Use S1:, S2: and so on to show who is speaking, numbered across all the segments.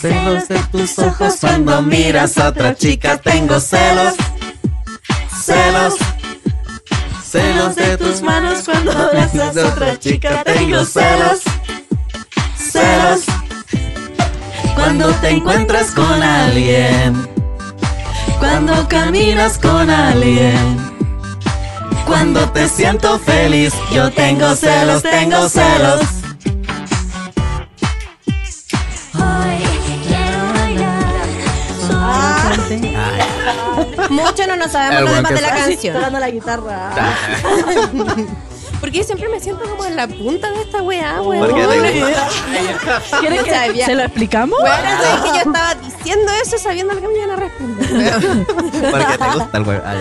S1: celos de tus ojos cuando miras a otra chica. Tengo celos, celos, celos de tus manos cuando abrazas a otra chica. Tengo celos, celos, cuando te encuentras con alguien, cuando caminas con alguien. Cuando te siento feliz, yo tengo celos, tengo celos.
S2: Hoy quiero bailar.
S3: Mucho no nos sabemos
S4: El
S3: los
S4: buen
S3: demás
S4: que
S3: de la
S4: sabe.
S3: canción.
S5: Tocando la guitarra.
S3: Porque yo siempre me siento como en la punta de esta weá, weón.
S1: Porque tengo-
S5: ¿Quieres que
S3: Sabía.
S5: se lo explicamos?
S3: Weón, eso es que yo estaba diciendo eso sabiendo que me iban a responder.
S4: Porque te gusta el huevo. Ah,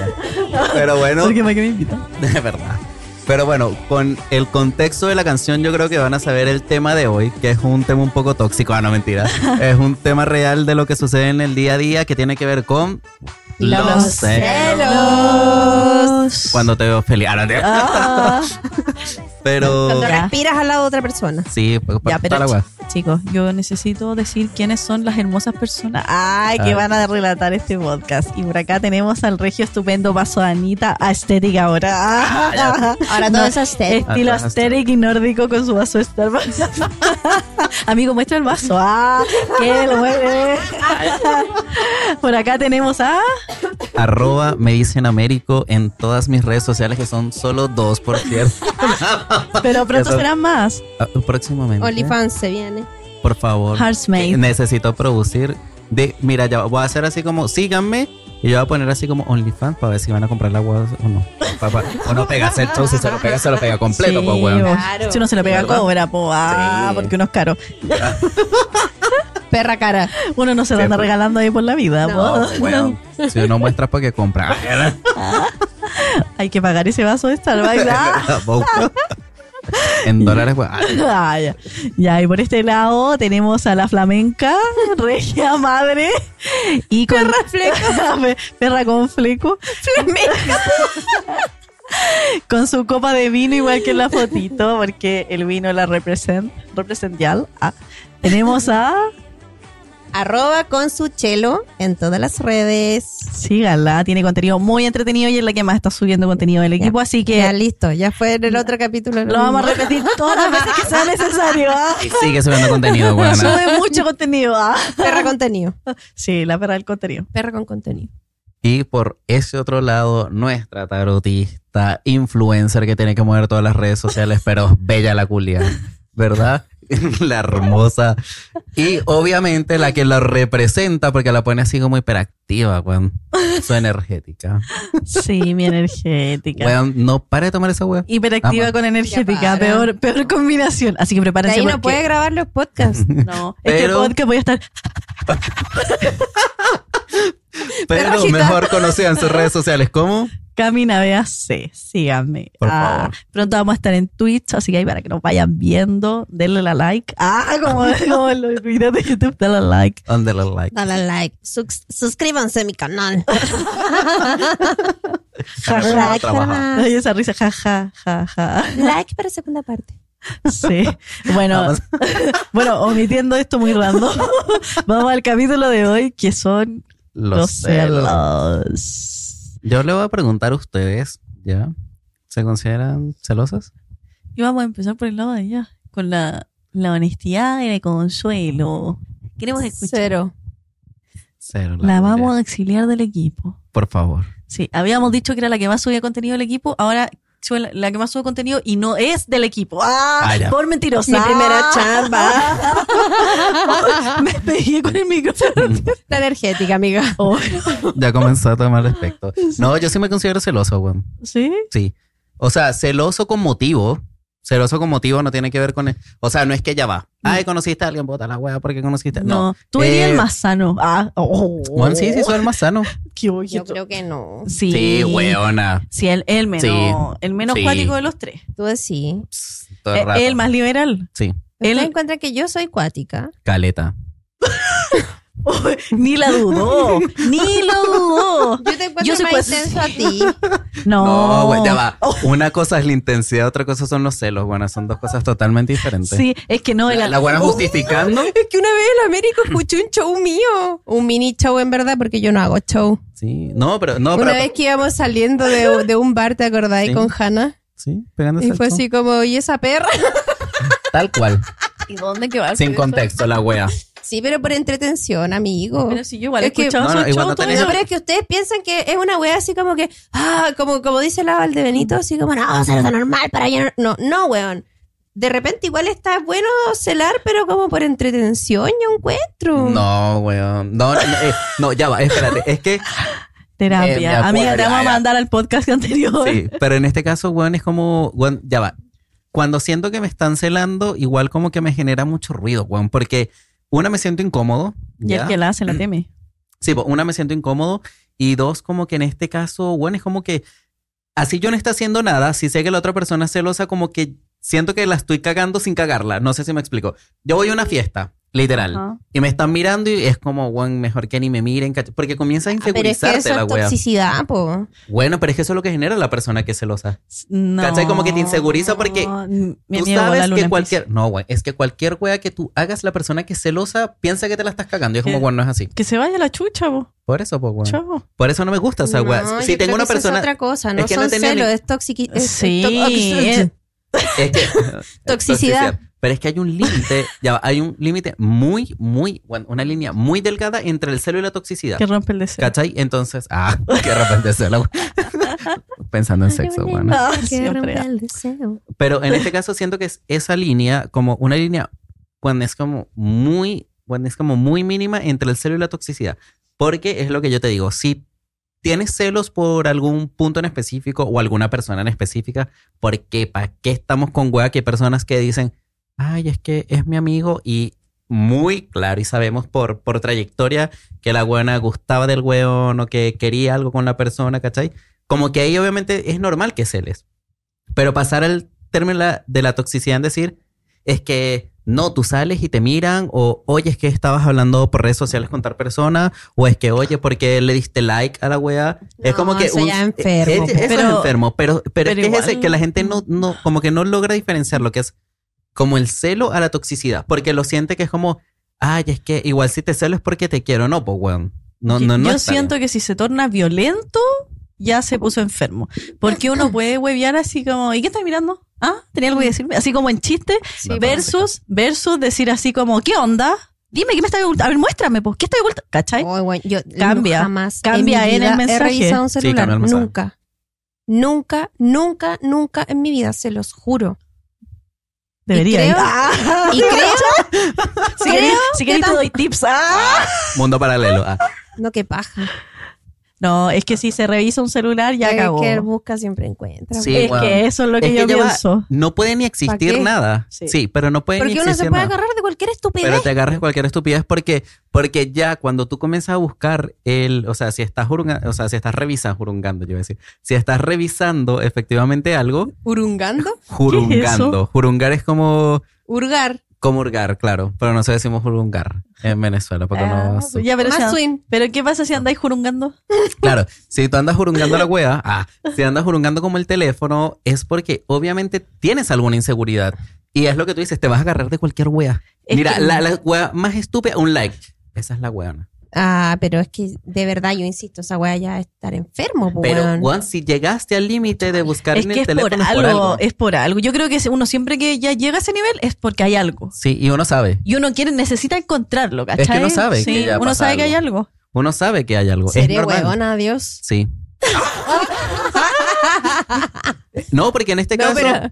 S4: ya. Pero bueno,
S6: Porque me que me invitan.
S4: de verdad. Pero bueno, con el contexto de la canción yo creo que van a saber el tema de hoy, que es un tema un poco tóxico, ah, no mentira. es un tema real de lo que sucede en el día a día que tiene que ver con
S6: Los
S3: Celos.
S4: Cuando te veo feliz. Ah, no, te-
S6: Ah,
S4: Pero
S3: Cuando
S6: Ya.
S3: respiras al lado de otra persona.
S4: sí, pues,
S6: ya,
S4: para
S6: pero
S4: toda la wea.
S6: chicos, yo necesito decir quiénes son las hermosas personas ah, que
S4: Ah.
S6: van a relatar este podcast. Y por acá tenemos al regio estupendo vaso de Anita, aesthetic ahora. Ah,
S3: Ahora todo es aesthetic.
S6: Estilo
S4: Ah, todo es
S6: aesthetic y nórdico con su vaso de Starbucks. Amigo, muestra el vaso. Ah, que lo mueve. Por acá tenemos a...
S4: Arroba me dicen Américo en todas mis redes sociales, que son solo dos, por cierto.
S6: Pero pronto
S4: Eso.
S6: serán más.
S4: Ah, Próximamente.
S3: OnlyFans se viene.
S4: Por favor.
S6: Heartsmade.
S4: Eh, Necesito producir. De, mira, ya voy a hacer así como, síganme. Y yo voy a poner así como OnlyFans para ver si van a comprar la guada o no. Pa- pa- o no pegas el show, si se lo pega, se lo pega completo,
S6: Sí,
S4: pues, weón.
S6: vos.
S3: Claro.
S6: Si uno se lo pega,
S4: ¿Verdad?
S6: cobra, po. Ah,
S4: Sí.
S6: porque uno es caro.
S3: Perra cara.
S6: Uno no se lo anda
S4: Cierto.
S6: regalando ahí por la vida,
S4: No,
S6: po.
S4: weón. Si uno muestra para que compra.
S6: Hay que pagar ese vaso de Starbucks. ah.
S4: en dólares, weón. Ah,
S6: Ah, ya. Ya, y por este lado tenemos a la flamenca, regia madre. Y con, perra fleco. perra con fleco. Flamenca. con su copa de vino, igual que en la fotito, porque el vino la represent, represential. Ah. Tenemos a.
S3: Arroba con su chelo en todas las redes.
S6: Sígala, tiene contenido muy entretenido y es la que más está subiendo contenido del equipo, así
S3: Ya,
S6: que
S3: listo. Ya fue en el otro capítulo.
S6: lo vamos a repetir todas las veces que sea necesario. ¿ah?
S4: y sigue subiendo contenido, weón.
S6: Sube mucho contenido. ¿ah?
S3: Perra contenido.
S6: Sí, la perra del contenido.
S3: Perra con contenido.
S4: Y por ese otro lado, nuestra tarotista, influencer que tiene que mover todas las redes sociales, pero bella la culia, ¿verdad? la hermosa. Y obviamente la que la representa, porque la pone así como hiperactiva, weón. Su energética.
S6: Sí, mi energética.
S4: Weón, no para de tomar esa weón.
S6: Hiperactiva
S4: Vamos.
S6: con energética,
S3: Ya para.
S6: peor, peor combinación. Así que
S3: De
S6: prepárense
S3: ahí no
S6: porque-
S3: puede grabar los podcasts.
S6: No, este
S4: Pero-
S6: podcast voy a estar
S4: Pero
S3: Perrajita.
S4: mejor conocida en sus redes sociales como
S6: Camina véase, síganme.
S4: Por
S6: Ah,
S4: favor.
S6: Pronto vamos a estar en Twitch, así que ahí para que nos vayan viendo, denle la like. Ah, como, como en los videos de YouTube, denle like.
S4: Under the Like.
S3: Dale like. Sus- suscríbanse a mi canal.
S4: Trabaja.
S6: Ay, esa risa, ja, ja, ja, ja.
S3: Like para segunda parte.
S6: Sí. Bueno,
S4: Vamos.
S6: bueno, omitiendo esto muy random, vamos al capítulo de hoy, que son
S4: Los
S6: los
S4: celos.
S6: celos.
S4: Yo le voy a preguntar a ustedes, ¿ya? ¿Se consideran celosas?
S6: Y vamos a empezar por el lado de allá, con la, la honestidad y el consuelo. Queremos escuchar.
S3: Cero.
S4: Cero.
S6: La
S4: culia.
S6: vamos a exiliar del equipo.
S4: Por favor.
S6: Sí, habíamos dicho que era la que más subía contenido del equipo, ahora sube la, la que más sube contenido y no es del equipo. ¡Ah!
S4: Ah, ya.
S6: por mentirosa.
S3: Mi primera chamba.
S6: Me pegué con el micrófono.
S3: Está energética, amiga.
S6: Oh,
S4: Ya comenzó a tomar aspecto. No, yo sí me considero celoso, weón.
S6: ¿Sí?
S4: Sí. O sea, celoso con motivo. Celoso con motivo no tiene que ver con... el- O sea, no es que ya va. Ay, conociste a alguien, bota la weá porque conociste. No.
S6: No. Tú eres
S4: Eh,
S6: el más sano. Ah, oh.
S4: Weón, sí, sí, soy el más sano.
S6: Qué ojito.
S3: Yo creo que no.
S6: Sí.
S4: weona.
S6: Sí, el, el menos,
S4: Sí.
S6: el menos
S4: Sí.
S6: cuático de los tres. Eh,
S3: Tú sí.
S4: Pss, todo el
S6: El,
S4: rato.
S6: el más liberal.
S4: Sí,
S3: Él
S6: Él-
S3: encuentra que yo soy cuática.
S4: caleta.
S6: Ni la dudó. Ni lo dudó.
S3: Yo te encuentro
S6: Yo soy
S3: más
S6: pues-
S3: intenso a ti.
S6: No.
S4: No, güey, ya va. Una cosa es la intensidad, otra cosa son los celos, bueno, son dos cosas totalmente diferentes.
S6: Sí, Uh. es que no. el-
S4: La, la buena justificando.
S3: Es que una vez el Américo escuchó un show mío. Un mini show en verdad, porque yo no hago show.
S4: Sí, no, pero no, pero
S3: una vez que íbamos saliendo de, de un bar, ¿te acordáis?
S4: Sí.
S3: Con Hannah.
S4: sí, pegándose
S3: Y
S4: al
S3: fue
S4: chon.
S3: así como, ¿y esa perra?
S4: tal cual,
S5: ¿Y dónde que va?
S4: sin contexto la wea.
S3: Sí, pero por entretención, amigo.
S5: Pero si yo igual he
S3: Es que-
S5: escuchado
S4: No, no,
S5: esos
S4: igual
S5: shows
S4: no
S5: todo
S4: tenés-
S5: el
S3: No,
S5: día.
S3: pero es que ustedes piensan que es una wea así como que, ah, como, como dice la Valdebenito, así como, no, eso no es normal para allá. No, no, weón. De repente igual está bueno celar, pero como por entretención yo encuentro.
S4: No, weón. No, no, eh, no, ya va, espérate. Es que,
S6: Terapia.
S4: Eh, me acuerdo,
S6: Amiga, te vamos
S4: ya,
S6: a
S4: ya.
S6: mandar al podcast anterior.
S4: sí, pero en este caso, weón, es como, weón, ya va. Cuando siento que me están celando, igual como que me genera mucho ruido, weón, porque una me siento incómodo.
S6: Y el
S4: ¿ya?
S6: que la hace la teme.
S4: Sí, po, una me siento incómodo y dos, como que en este caso, bueno, es como que así yo no está haciendo nada, si sé que la otra persona es celosa, como que siento que la estoy cagando sin cagarla, no sé si me explico. Yo voy a una fiesta, literal,
S6: Ajá.
S4: y me están mirando y es como, bueno, mejor que ni me miren, cach- porque comienza a
S3: Ah, pero es que
S4: insegurizarte
S3: eso
S4: la
S3: es
S4: wea.
S3: toxicidad, po.
S4: Bueno, pero es que eso es lo que genera la persona que es celosa.
S6: No.
S4: ¿Cachai? Como que te inseguriza porque
S6: Mi
S4: tú
S6: amigo, la
S4: sabes
S6: luna
S4: que
S6: en
S4: cualquier, no, güey, es que cualquier wea que tú hagas, la persona que es celosa piensa que te la estás cagando y es como,
S6: ¿Qué?
S4: bueno, no es así.
S6: Pisces. Que se vaya la chucha, vos.
S4: Por eso, pues, bueno.
S6: Chavo.
S4: Por eso no me gusta esa wea.
S3: No,
S4: si
S3: yo
S4: tengo
S3: creo
S4: una
S3: que eso
S4: persona.
S3: Es otra cosa, no
S4: es que no
S3: son
S4: tenía ni-
S3: celos, es toxic- es- es
S6: Sí,
S3: toxic-
S6: es-
S4: es que-
S3: Toxicidad.
S4: Pero es que hay un límite, ya va, hay un límite muy, muy, bueno, una línea muy delgada entre el celo y la toxicidad.
S6: Que rompe el deseo.
S4: ¿Cachai? Entonces, ah, que de repente celo. Pensando en sexo, bueno.
S6: Ah,
S3: que
S6: siempre.
S3: rompe el deseo.
S4: Pero en este caso siento que es esa línea, como una línea, cuando es como muy, cuando es como muy mínima entre el celo y la toxicidad. Porque es lo que yo te digo, si tienes celos por algún punto en específico o alguna persona en específica, porque ¿para qué estamos con hueá que hay personas que dicen, ay, es que es mi amigo y muy claro y sabemos por, por trayectoria que la buena gustaba del weón o que quería algo con la persona, ¿cachai? Como que ahí obviamente es normal que celes. Pero pasar al término la- de la toxicidad en decir es que no, tú sales y te miran, o oye, es que estabas hablando por redes sociales con tal persona, o es que oye, porque le diste like a la weá. es
S3: No,
S4: como que. e,
S3: eso ya es enfermo,
S4: es-
S3: po.
S4: eso es
S6: Pero-
S4: enfermo, pero, pero,
S6: pero
S4: es que es ese
S6: igual-
S4: que la gente no, no, como que no logra diferenciar lo que es como el celo a la toxicidad, porque lo siente que es como, ay, es que igual si te celo es porque te quiero, no, pues weón. No, no, no.
S6: yo
S4: está bien.
S6: siento que si se torna violento, ya se puso enfermo. Porque uno puede huevear así como, ¿y qué estás mirando? ¿Ah? ¿Tenía algo que decirme? Así como en chiste, versus, versus decir así como, ¿qué onda? Dime, ¿qué me estás ocultando? A ver, muéstrame, pues, ¿qué estás ocultando? ¿Cachai?
S3: Oh, bueno, yo
S6: Cambia,
S3: jamás
S6: cambia
S3: mi
S6: en el
S3: vida
S6: mensaje.
S3: He revisado un
S4: Sí,
S3: celular,
S4: cambia el mensaje.
S3: nunca. Nunca, nunca, nunca en mi vida, se los juro.
S6: Debería.
S3: creo-
S6: ir. Ah,
S3: Y creo,
S6: si querés,
S3: creo
S6: si querés
S3: que
S6: te
S3: tam-
S6: doy tips. Ah.
S4: Mundo paralelo. ah.
S3: no que paja.
S6: No, es que si se revisa un celular, ya
S3: El
S6: acabó.
S3: que busca siempre encuentra. Eh,
S4: Sí,
S6: es
S4: weón.
S6: que eso es lo que
S4: Es
S6: yo
S4: que ya va-
S6: pienso.
S4: No puede ni existir
S3: qué?
S4: nada. Sí.
S6: Sí.
S4: pero no puede ni
S3: Porque uno se
S4: existir
S3: puede
S4: nada.
S3: agarrar de cualquier
S4: Pero
S3: estupidez.
S4: te agarres cualquier estupidez porque, porque ya cuando tú comienzas a buscar el, o sea, si estás jurunga- o sea, si estás revisando, jurungando, yo iba a decir, si estás revisando efectivamente algo,
S3: ¿Hurungando?
S4: jurungando. Jurungar es como,
S3: Hurgar.
S4: como hurgar, claro, pero no se decimos jurungar en Venezuela, porque no.
S6: Ah, ya, pero,
S3: Más
S6: ya-
S3: swing.
S6: pero ¿qué pasa si andáis jurungando?
S4: Claro, si tú andas jurungando la wea, ah, si andas jurungando como el teléfono, es porque obviamente tienes alguna inseguridad. Y es lo que tú dices, te vas a agarrar de cualquier wea.
S6: Es
S4: Mira,
S6: que-
S4: la, la wea más estúpida, un like. Esa es la wea. ¿no?
S3: Ah, pero es que de verdad, yo insisto, esa weá ya es estar enfermo, po,
S4: Pero,
S3: weón.
S4: Juan, si llegaste al límite de buscar
S6: Es
S4: en
S6: que
S4: el
S6: es
S4: teléfono
S6: por,
S4: es
S6: algo,
S4: por algo.
S6: es por algo. Yo creo que uno siempre que ya llega a ese nivel es porque hay algo.
S4: Sí, y uno sabe.
S6: Y uno quiere, necesita encontrarlo, ¿cachai?
S4: que uno sabe
S6: Sí,
S4: que ya
S6: uno
S4: pasa
S6: sabe que hay
S4: algo.
S6: algo.
S4: Uno sabe que hay algo. es
S3: Seré
S4: normal.
S3: weón, adiós.
S4: Sí. no, porque en este
S3: No,
S4: caso,
S3: pero-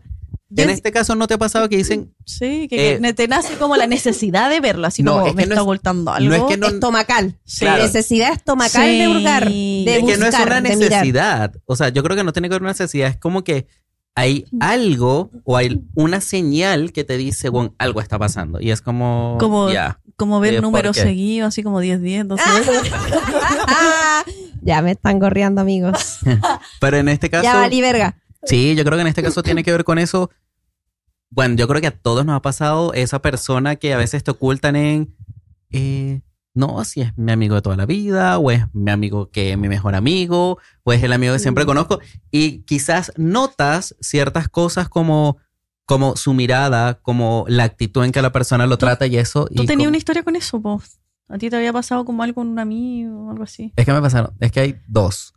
S4: en este caso no te ha pasado que dicen,
S6: Sí, que,
S4: Eh,
S6: que te nace como la necesidad de verlo, así
S4: No,
S6: como
S4: es que
S6: me
S4: no es-
S6: está ocultando algo.
S4: no es que no,
S3: Estomacal.
S6: Sí.
S4: Claro.
S3: Necesidad estomacal de
S6: Sí.
S3: hurgar. De
S6: Es
S4: que no es
S3: buscar,
S4: una
S3: de mirar.
S4: necesidad. O sea, yo creo que no tiene que ver una necesidad. Es como que hay
S3: Mm.
S4: algo o hay una señal que te dice, bueno, algo está pasando. Y es como,
S6: Como-
S4: ya.
S6: Como
S4: Eh,
S6: ver
S4: ¿por
S6: números
S4: qué?
S6: seguidos, así como 10, 10, 12.
S3: Ah, ya me están gorreando, amigos.
S4: Pero en este caso,
S3: ya valí verga.
S4: sí, yo creo que en este caso tiene que ver con eso. Bueno, yo creo que a todos nos ha pasado esa persona que a veces te ocultan en, eh, no, si es mi amigo de toda la vida, o es mi amigo que es mi mejor amigo, o es el amigo que
S6: Mm.
S4: siempre conozco. Y quizás notas ciertas cosas como, como su mirada, como la actitud en que la persona lo trata y eso.
S6: Tú
S4: y
S6: tenías
S4: como-
S6: una historia con eso, vos. A ti te había pasado como algo con un amigo o algo así.
S4: Es que me pasaron, es que hay dos.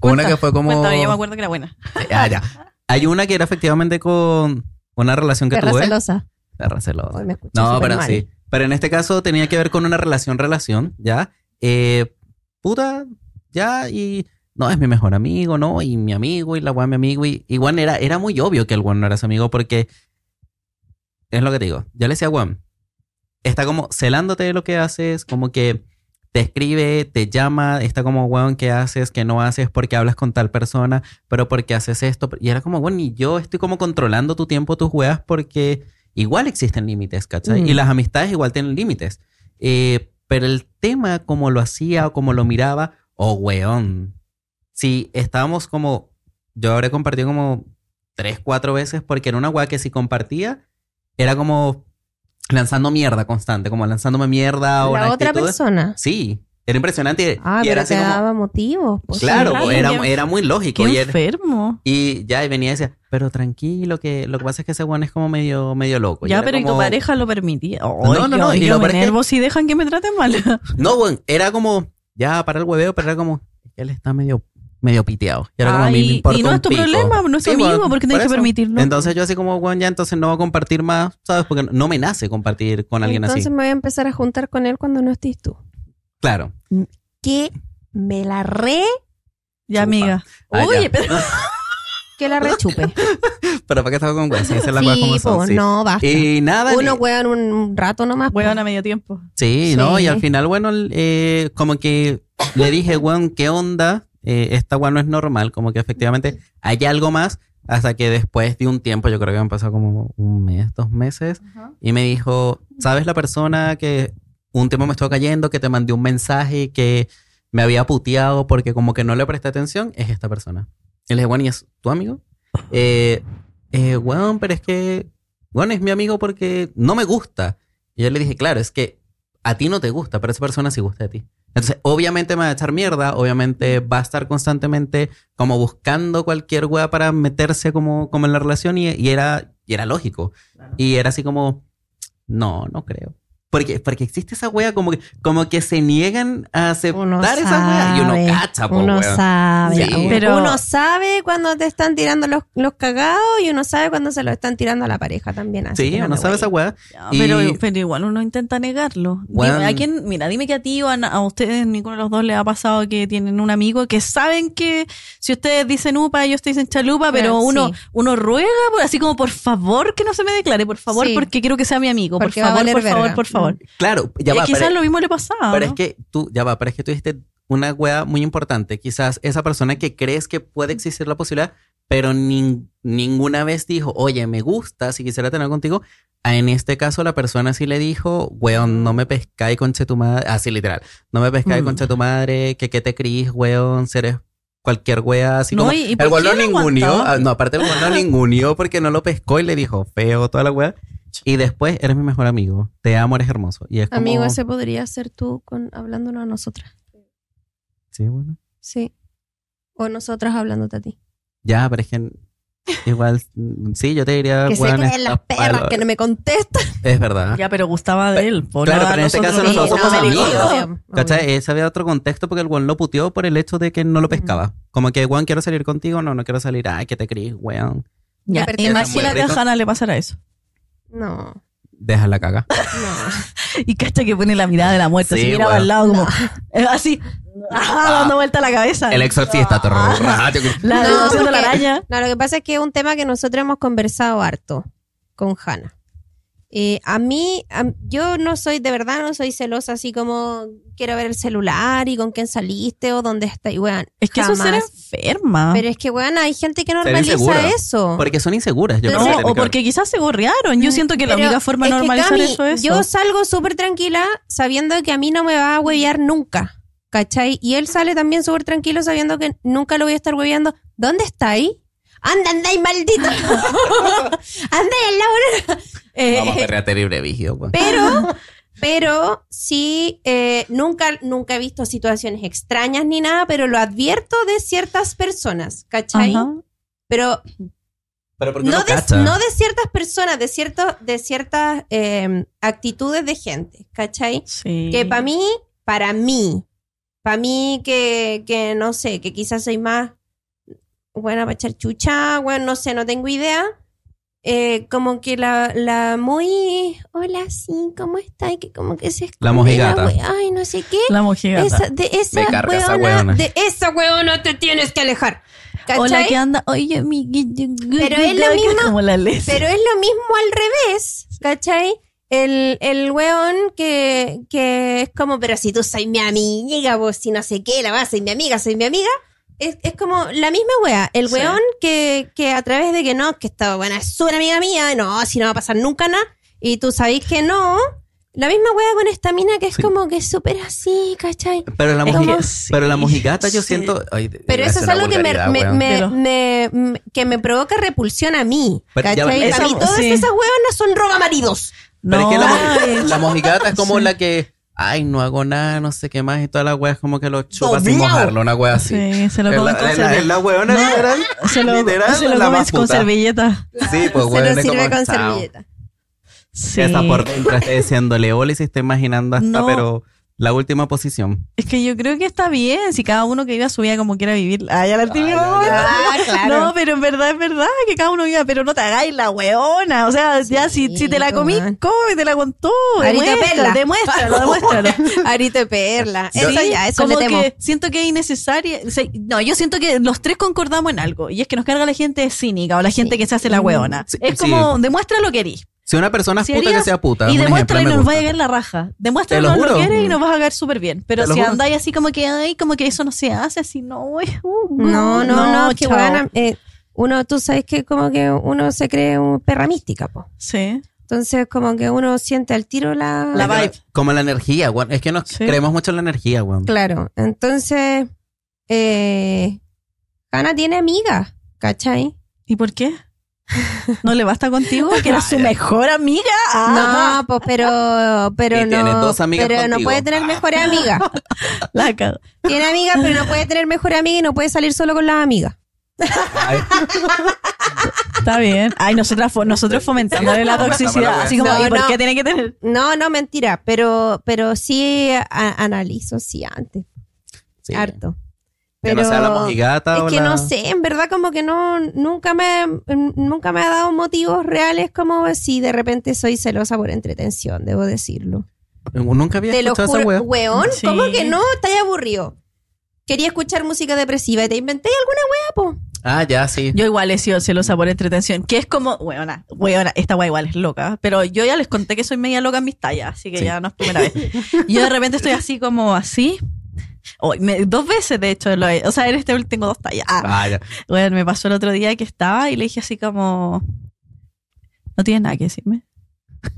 S6: Cuenta,
S4: una que fue como...
S6: Cuéntame, yo me acuerdo que era buena.
S4: Ah, ya. Hay una que era efectivamente con una relación que
S3: Perra
S4: tuve.
S3: celosa.
S4: Perra celosa.
S3: Hoy me escuché
S4: No,
S3: súper
S4: pero
S3: mal.
S4: sí. Pero en este caso tenía que ver con una relación, relación, ¿ya? Eh, puta, ya, y no, es mi mejor amigo, ¿no? Y mi amigo, y la weá, mi amigo, y, y weón, era, era muy obvio que el weón no era su amigo porque es lo que te digo. Yo le decía, weón, está como celándote de lo que haces, como que te escribe, te llama, está como, weón, ¿qué haces? ¿Qué no haces? ¿Por qué hablas con tal persona? ¿Pero por qué haces esto? Y era como, weón, y yo estoy como controlando tu tiempo, tus weas, porque igual existen límites, ¿cachai?
S3: Mm.
S4: Y las amistades igual tienen límites. Eh, pero el tema, como lo hacía o como lo miraba, oh, weón. Si estábamos como, yo habré compartido como tres, cuatro veces, porque era una wea que si compartía, era como lanzando mierda constante, como lanzándome mierda o
S3: La
S4: una
S3: otra
S4: actitud-
S3: persona.
S4: Sí, era impresionante.
S3: Ah,
S4: y era
S3: pero
S4: así
S3: te
S4: como,
S3: daba motivos. pues.
S4: claro,
S6: raro,
S4: era,
S6: bien-
S4: era muy lógico.
S6: Qué
S4: Y, era-
S6: enfermo.
S4: y ya y venía y decía, pero tranquilo, que lo que pasa es que ese weón es como medio, medio loco. Y
S6: ya,
S4: era
S6: pero ¿y tu
S4: como-
S6: pareja lo permitía?
S4: No, no, no,
S6: Y
S4: y lo
S6: yo me
S4: peor es que-
S6: enervo si dejan que me traten mal.
S4: No, weón, era como, ya, para el hueveo, pero era como, él está medio, medio piteado. Y era como, a mí
S6: Ay,
S4: me importa
S6: y no
S4: un
S6: es tu
S4: pico.
S6: problema, no es tu amigo,
S4: weón,
S6: ¿por qué tenés que
S4: eso.
S6: permitirlo?
S4: Entonces yo así como, weón, ya, entonces no voy a compartir más, ¿sabes? Porque no me nace compartir con alguien
S3: Entonces
S4: así.
S3: me voy a empezar a juntar con él cuando no estés tú.
S4: Claro.
S3: Que me la re,
S6: Ya, amiga.
S4: Ah,
S3: Oye,
S4: ya.
S3: pero- que la rechupe.
S4: Pero ¿para qué estaba con weón? Sí, esa es la cosa como
S3: sí,
S4: son,
S3: po,
S4: sí. Eh,
S3: no, basta.
S4: Y nada.
S3: Uno
S4: ni-
S3: huevan un rato nomás. po.
S6: Huevón a medio tiempo.
S4: Sí,
S3: Sí.
S4: no, y al final, bueno, el- eh, como que le dije, weón, ¿qué onda? Eh, esta weón no es normal, como que efectivamente hay algo más, hasta que después de un tiempo, yo creo que han pasado como un mes, dos meses, y me dijo, ¿sabes la persona que un tiempo me estuvo cayendo, que te mandé un mensaje, que me había puteado porque como que no le presté atención? Es esta persona. Y le dije, weón, ¿y es tu amigo? Eh, eh, weón, pero es que, weón, es mi amigo porque no me gusta. Y yo le dije, claro, es que a ti no te gusta, pero esa persona sí gusta de ti. Entonces, obviamente me va a echar mierda, obviamente va a estar constantemente como buscando cualquier weá para meterse como, como en la relación y, y era, y era lógico. Y era así como, no, no creo. Porque, porque existe esa wea como que, como que se niegan a aceptar
S3: Uno
S4: esa wea y uno
S3: sabe,
S4: cacha, por
S3: Uno
S4: wea.
S3: sabe.
S4: Sí.
S3: uno-
S6: Pero-
S3: Uno sabe cuando te están tirando los, los cagados y uno sabe cuando se los están tirando a la pareja también. así
S4: Sí,
S3: que
S4: uno
S3: te
S4: sabe
S3: huees.
S4: esa wea.
S6: Ya,
S4: Y-
S6: Pero, pero igual uno intenta negarlo. Dime,
S4: Weón.
S6: ¿a quién? Mira, dime que a ti o a, na- a ustedes, ninguno de los dos, les ha pasado que tienen un amigo que saben que si ustedes dicen upa, ellos te dicen chalupa, pero
S3: Claro,
S6: uno,
S3: sí.
S6: uno ruega, por- así como por favor que no se me declare, por favor,
S3: Sí.
S6: porque quiero que sea mi amigo, por
S3: Porque va a
S6: favor,
S3: valer
S6: por favor,
S3: verga.
S6: por favor.
S4: Claro, Mm. ya
S6: Eh,
S4: va,
S6: quizás
S4: pero-
S6: lo mismo le pasaba.
S4: Pero es
S6: ¿no?
S4: que tú, ya va, pero es que tú dijiste una wea muy importante. Quizás esa persona que crees que puede existir la posibilidad, pero nin- ninguna vez dijo, oye, me gusta, si quisiera tener contigo. Ah, En este caso, la persona sí le dijo, weón, no me pescáis conche tu madre. Así literal, no me pescáis
S6: Mm.
S4: conche tu madre, que qué te creís, weón, si eres cualquier wea, así
S6: No,
S4: como.
S6: ¿y- y
S4: el
S6: por
S4: weón
S6: qué
S4: lo
S6: lo
S4: ningunió.
S6: aguantaba?
S4: ah, No, aparte el weón lo ningunió porque no lo pescó y le dijo, feo, toda la wea. Y después, eres mi mejor amigo, te amo, eres hermoso. Y es como,
S3: Amigo, ese podría ser tú con, hablándonos a nosotras.
S4: Sí, bueno.
S3: Sí. O nosotras hablándote a ti.
S4: Ya, pero es que igual, mm, sí, yo te diría...
S3: que se
S4: weón,
S3: creen las
S4: está
S3: perras
S4: palo.
S3: que no me contestan.
S4: Es verdad.
S6: Ya, pero gustaba de él. po,
S4: claro,
S6: no a
S4: ah. pero en este caso
S6: que
S4: nosotros
S6: nos
S4: somos
S6: gustaba
S4: amigos.
S6: el amigo.
S3: obvio, obvio.
S4: ¿Cachai? Ese había otro contexto porque el weón lo puteó por el hecho de que no lo pescaba. Como que, weón, quiero salir contigo. No, no quiero salir. Ay, que te crees, weón.
S6: Ya,
S3: Pero está
S6: Imagínate
S4: muy
S6: a
S4: rico.
S6: Hannah le pasará eso.
S3: No,
S4: Deja la caga.
S3: no.
S6: Y cacha que pone la mirada de la muerte,
S4: Sí,
S6: así mira
S4: weón.
S6: al lado como eh, así, ah, dando vuelta la cabeza.
S4: El exorcista, te
S6: la
S3: No,
S6: devoción de la
S3: porque-
S6: araña.
S3: No, lo que pasa es que es un tema que nosotros hemos conversado harto con Hanna. Eh, a mí, a- yo no soy, de verdad no soy celosa así como quiero ver el celular y con quién saliste o dónde está. Y weón,
S6: Es que eso
S3: jamás.
S6: es ser enferma.
S3: Pero es que weón, hay gente que
S4: Ser
S3: normaliza
S4: insegura.
S3: eso.
S4: Porque son inseguras, yo
S3: No,
S4: creo que
S6: no,
S4: tiene
S6: o
S4: que ver.
S6: porque quizás se gorrearon. Yo siento que la
S3: Mm, Pero
S6: única forma de
S3: es que,
S6: normalizar
S3: Cami,
S6: eso es.
S3: Yo salgo súper tranquila sabiendo que a mí no me va a huevear nunca. ¿Cachai? Y él sale también súper tranquilo sabiendo que nunca lo voy a estar hueveando. ¿Dónde está ahí? Anda, anda ahí, maldito. anda ahí, Laura. Eh,
S4: Vamos a perrear terrible, vigio, weón.
S3: pero Pero sí, eh, nunca, nunca he visto situaciones extrañas ni nada, pero lo advierto de ciertas personas, ¿cachai?
S6: Ajá.
S3: Pero
S4: Pero porque
S3: no
S4: no
S3: de,
S4: cacha.
S3: no de ciertas personas, de, cierto, de ciertas eh, actitudes de gente, ¿cachai?
S6: Sí.
S3: Que para mí, para mí, para mí que, que no sé, que quizás soy más buena para echar chucha, bueno, no sé, no tengo idea. Eh, como que la, la muy, hola, sí, ¿cómo está? Y que como que se esconde
S4: La mojigata.
S3: wea- Ay, no sé qué.
S6: La mojigata.
S3: Esa- de esa
S4: Me carga esa
S3: weona,
S4: weona.
S3: de esa weona te tienes que alejar. ¿Cachai?
S6: Hola, ¿qué anda? Oye, mi...
S3: Pero es la misma-
S6: Como la Leslie.
S3: Pero es lo mismo al revés, ¿cachai? El, el weón que, que es como, pero si tú soy mi amiga, vos si no sé qué, la vas, soy mi amiga, soy mi amiga. Es, es como la misma wea. El
S6: Sí.
S3: weón que, que a través de que no, que esta buena es súper amiga mía, no, si no va a pasar nunca nada, y tú sabés que no. La misma wea con esta mina que es
S4: Sí.
S3: como que es súper así, ¿cachai?
S4: Pero la,
S6: Es
S4: moji-
S6: como- sí,
S4: pero la mojigata yo
S6: sí.
S4: siento... ay,
S3: Pero
S4: iba a
S3: eso
S4: hacer
S3: es
S4: una
S3: algo que me,
S4: vulgaridad,
S3: me-
S4: weón.
S3: me-
S6: Pero-
S3: me- me- que me provoca repulsión a mí.
S4: Pero ya-
S3: ¿cachai?
S6: esa-
S3: Para mí todas
S6: sí.
S3: esas huevonas son roba maridos.
S4: Pero
S6: No,
S4: es que la,
S6: ay,
S4: moji- la mojigata es como la que... Ay, no hago nada, no sé qué más. Y toda la wea es como que lo chupa sin
S3: Doblao.
S4: mojarlo. Una wea así.
S6: Sí, se lo
S4: Es
S6: comen
S4: la-
S6: con
S4: es la- es
S6: servilleta.
S4: la weona
S6: No,
S4: literal.
S6: Se lo,
S4: literal,
S6: se lo
S4: la
S6: comes
S4: más
S6: con
S4: puta.
S6: servilleta.
S4: Sí, pues
S3: se
S4: weón,
S3: lo
S4: es
S3: sirve
S4: como,
S3: con
S4: chao.
S3: servilleta.
S6: Sí.
S4: Esa por dentro está diciéndole hola y se está imaginando hasta,
S6: No.
S4: pero la última posición.
S6: Es que yo creo que está bien, si cada uno que viva su vida como quiera vivir. Ah, ya la típica
S4: ya,
S6: mamá.
S3: Ah, claro.
S6: No, pero en verdad, es verdad, que cada uno viva, pero no te hagáis la weona. O sea, ya si, si te la
S3: pues,
S6: comís,
S3: man.
S6: come, te la contó.
S3: Arito Perla.
S6: Demuéstralo, demuéstralo, demuéstralo.
S3: Arito de perla.
S4: Yo-
S3: Eso ya, eso
S6: como
S3: le temo.
S6: que siento que es innecesaria. o sea, no, yo siento que los tres concordamos en algo. Y es que nos carga la gente cínica o la gente que se hace la weona.
S4: Sí,
S6: es
S4: sí. pues.
S6: como, demuestra lo que eres.
S4: Si una persona es
S6: Si
S4: puta, que
S6: harías-
S4: sea puta.
S6: Y
S4: un ejemplo,
S6: demuéstrale y
S4: me
S6: nos va a
S4: gusta.
S6: llegar la raja.
S4: Te lo
S6: Demuéstrale lo
S4: juro.
S6: que eres y nos vas a caer súper bien. Pero
S4: Te lo
S6: si
S4: juro.
S6: andáis así como que, ay, como que eso no se hace, así no, güey. uh,
S3: No, no, mm, no, que
S6: chao.
S3: weona, eh, uno, tú sabes que como que uno se cree un perra mística, po.
S6: Sí.
S3: Entonces, como que uno siente al tiro la.
S6: La vibe.
S4: Como la energía, weón. Es que nos
S6: Sí.
S4: creemos mucho en la energía, weón.
S3: Claro. Entonces, eh, Hanna tiene amigas, ¿cachai?
S6: ¿Y por qué? ¿No le basta contigo? Que era su mejor amiga. Ah,
S3: No, pues, pero, pero
S4: Y tiene
S3: no.
S4: dos amigas
S3: pero no
S4: contigo.
S3: puede tener mejores amigas.
S6: la cago.
S3: Tiene amigas, pero no puede tener mejores amigas y no puede salir solo con las amigas.
S4: Ay,
S6: Está bien. Ay, nosotras fo- nosotros fomentándole la toxicidad. Así como,
S3: No,
S6: ¿y por
S3: no.
S6: qué tiene que tener?
S3: No, no, mentira, pero, pero sí a- analizo, sí, antes,
S4: sí.
S3: harto.
S4: Que
S3: Pero
S4: no sea la mojigata o
S3: es que
S4: la-
S3: no sé, en verdad como que no, nunca me, nunca me ha dado motivos reales como si de repente soy celosa por entretención, debo decirlo.
S4: Nunca había
S3: Te lo
S4: escuchado esa
S3: juro,
S4: weá.
S3: weón,
S6: Sí.
S3: ¿cómo que no? Estás aburrido. Quería escuchar música depresiva y te inventé alguna wea,
S4: Ah, ya, sí.
S6: Yo igual he sido celosa por entretención, que es como, weona, weona, esta wea igual es loca, pero yo ya les conté que soy media loca en mis tallas, así que
S4: Sí.
S6: ya no es primera vez. Yo de repente estoy así como así, o me- dos veces de hecho, lo he- o sea, en este tengo dos tallas. Ah,
S4: Ah, ya.
S6: bueno, me pasó el otro día que estaba y le dije así como, no tienes nada que decirme.
S3: po.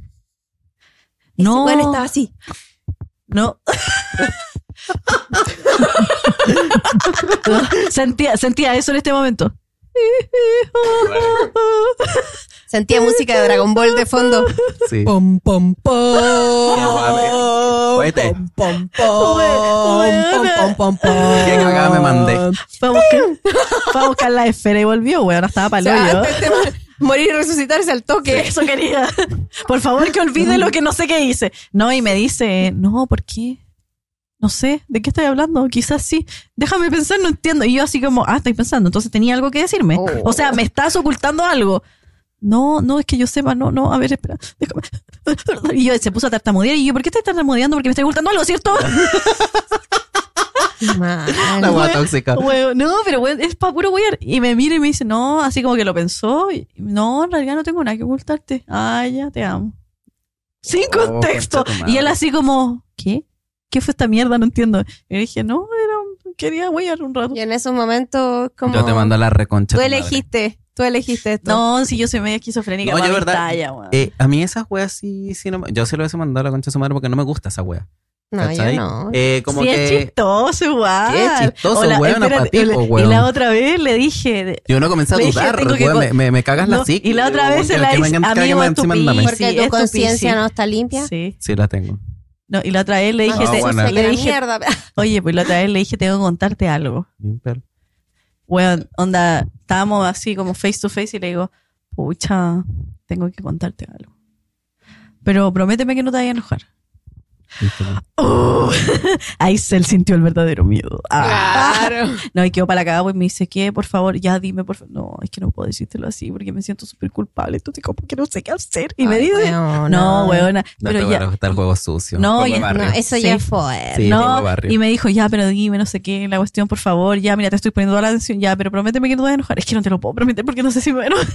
S6: No,
S3: Bueno, estaba así.
S6: no. sentía, sentía eso en este momento.
S3: Sentía música de Dragon Ball de fondo.
S4: Sí. eh.
S6: Pom, pom, pom.
S4: Oíste,
S6: Weona.
S4: qué cagada me mandé.
S6: Fue a buscar, fue a buscar la esfera y volvió, weón. Estaba
S3: O
S6: para
S3: sea,
S6: el hoyo.
S3: este tema, morir y resucitarse al toque.
S6: Eso quería. Mm. Por favor, que olvide lo que no sé qué hice. No, y me dice, no, ¿por qué? No sé, ¿de qué estoy hablando? Quizás sí. Déjame pensar, no entiendo. Y yo así como, ah, estoy pensando. Entonces tenía algo que decirme.
S3: Oh.
S6: O sea, me estás ocultando algo. No, no, es que yo sepa, no, no, a ver, espera, déjame. Y yo se puso a tartamudear y yo, ¿por qué estás tartamudeando? Porque me está ocultando algo, ¿cierto?
S3: Mal.
S4: La weá tóxica.
S6: Huevo, no, pero huevo, es para puro wear. Y me mira y me dice, no, así como que lo pensó. y, no, en realidad no tengo nada que ocultarte. Ah, ya, te amo. Sin
S4: Oh,
S6: contexto.
S4: concha tu madre.
S6: Y él así como, ¿qué? ¿Qué fue esta mierda? No entiendo. Y le dije, no, era, un- quería wear un rato.
S3: Y en esos momentos, como.
S4: Yo te mando a la reconcha.
S3: Tú
S4: de tu madre.
S3: elegiste, tú elegiste esto.
S6: No, si yo soy media esquizofrénica.
S4: No,
S6: para
S4: yo
S6: mi
S4: verdad-
S6: talla, huevo.
S4: Eh, a mí esas weas sí, sí no me- Yo se lo hubiese mandado a la concha de su madre porque no me gusta esa wea.
S3: No,
S4: ¿cachai?
S3: yo no.
S4: Eh, como
S6: Sí,
S4: que.
S6: es chistoso, igual.
S4: Qué chistoso,
S6: O la-
S4: huevona,
S6: espérate,
S4: pa' ti,
S6: y la-
S4: po,
S6: Y
S4: huevón.
S6: la otra vez le dije, de-
S4: Yo no comencé a
S6: Le dije,
S4: dudar,
S6: tengo que
S4: weón,
S6: con-
S4: me, me- me cagas
S6: No,
S4: la psique.
S6: Y la otra
S4: weón,
S6: vez
S4: que-
S6: se la
S4: que me
S6: dice,
S4: encanta que
S6: amigo,
S4: me-
S6: es tu
S4: encima
S6: pi,
S4: andame".
S6: sí,
S3: Porque
S6: es
S3: tu
S6: tu
S3: conciencia
S6: pici.
S3: no está limpia.
S6: Sí.
S4: Sí, la tengo.
S6: No, y la otra vez le dije,
S4: Ah,
S6: te-
S4: bueno.
S6: le
S3: la
S6: dije
S3: mierda.
S6: oye, pues la otra vez le dije, tengo que contarte algo.
S4: Limpiar.
S6: Weón, onda, estábamos así como face to face y le digo, pucha, tengo que contarte algo. Pero prométeme que no te vayas a enojar.
S4: Listo.
S6: Oh, ahí se sintió el verdadero miedo. Ah.
S3: Claro.
S6: No, y quedó para la cagada, pues me dice, ¿qué? Por favor, ya dime, por favor. No, es que no puedo decírtelo así porque me siento súper culpable. Entonces, como que no sé qué hacer. Y me
S3: Ay,
S6: dice,
S3: weona.
S6: no, weona.
S4: No
S6: pero
S4: te
S6: ya,
S4: van a gustar el juego sucio.
S6: No,
S4: Juego de
S6: ya-
S4: barrio.
S3: No, eso
S6: Sí.
S3: ya fue.
S4: Sí, juego de
S6: no,
S4: Este, barrio.
S6: y me dijo, ya, pero dime, no sé qué, la cuestión, por favor, ya, mira, te estoy poniendo toda la atención, ya, pero prométeme que no te vas a enojar. Es que no te lo puedo prometer porque no sé si me voy a enojar.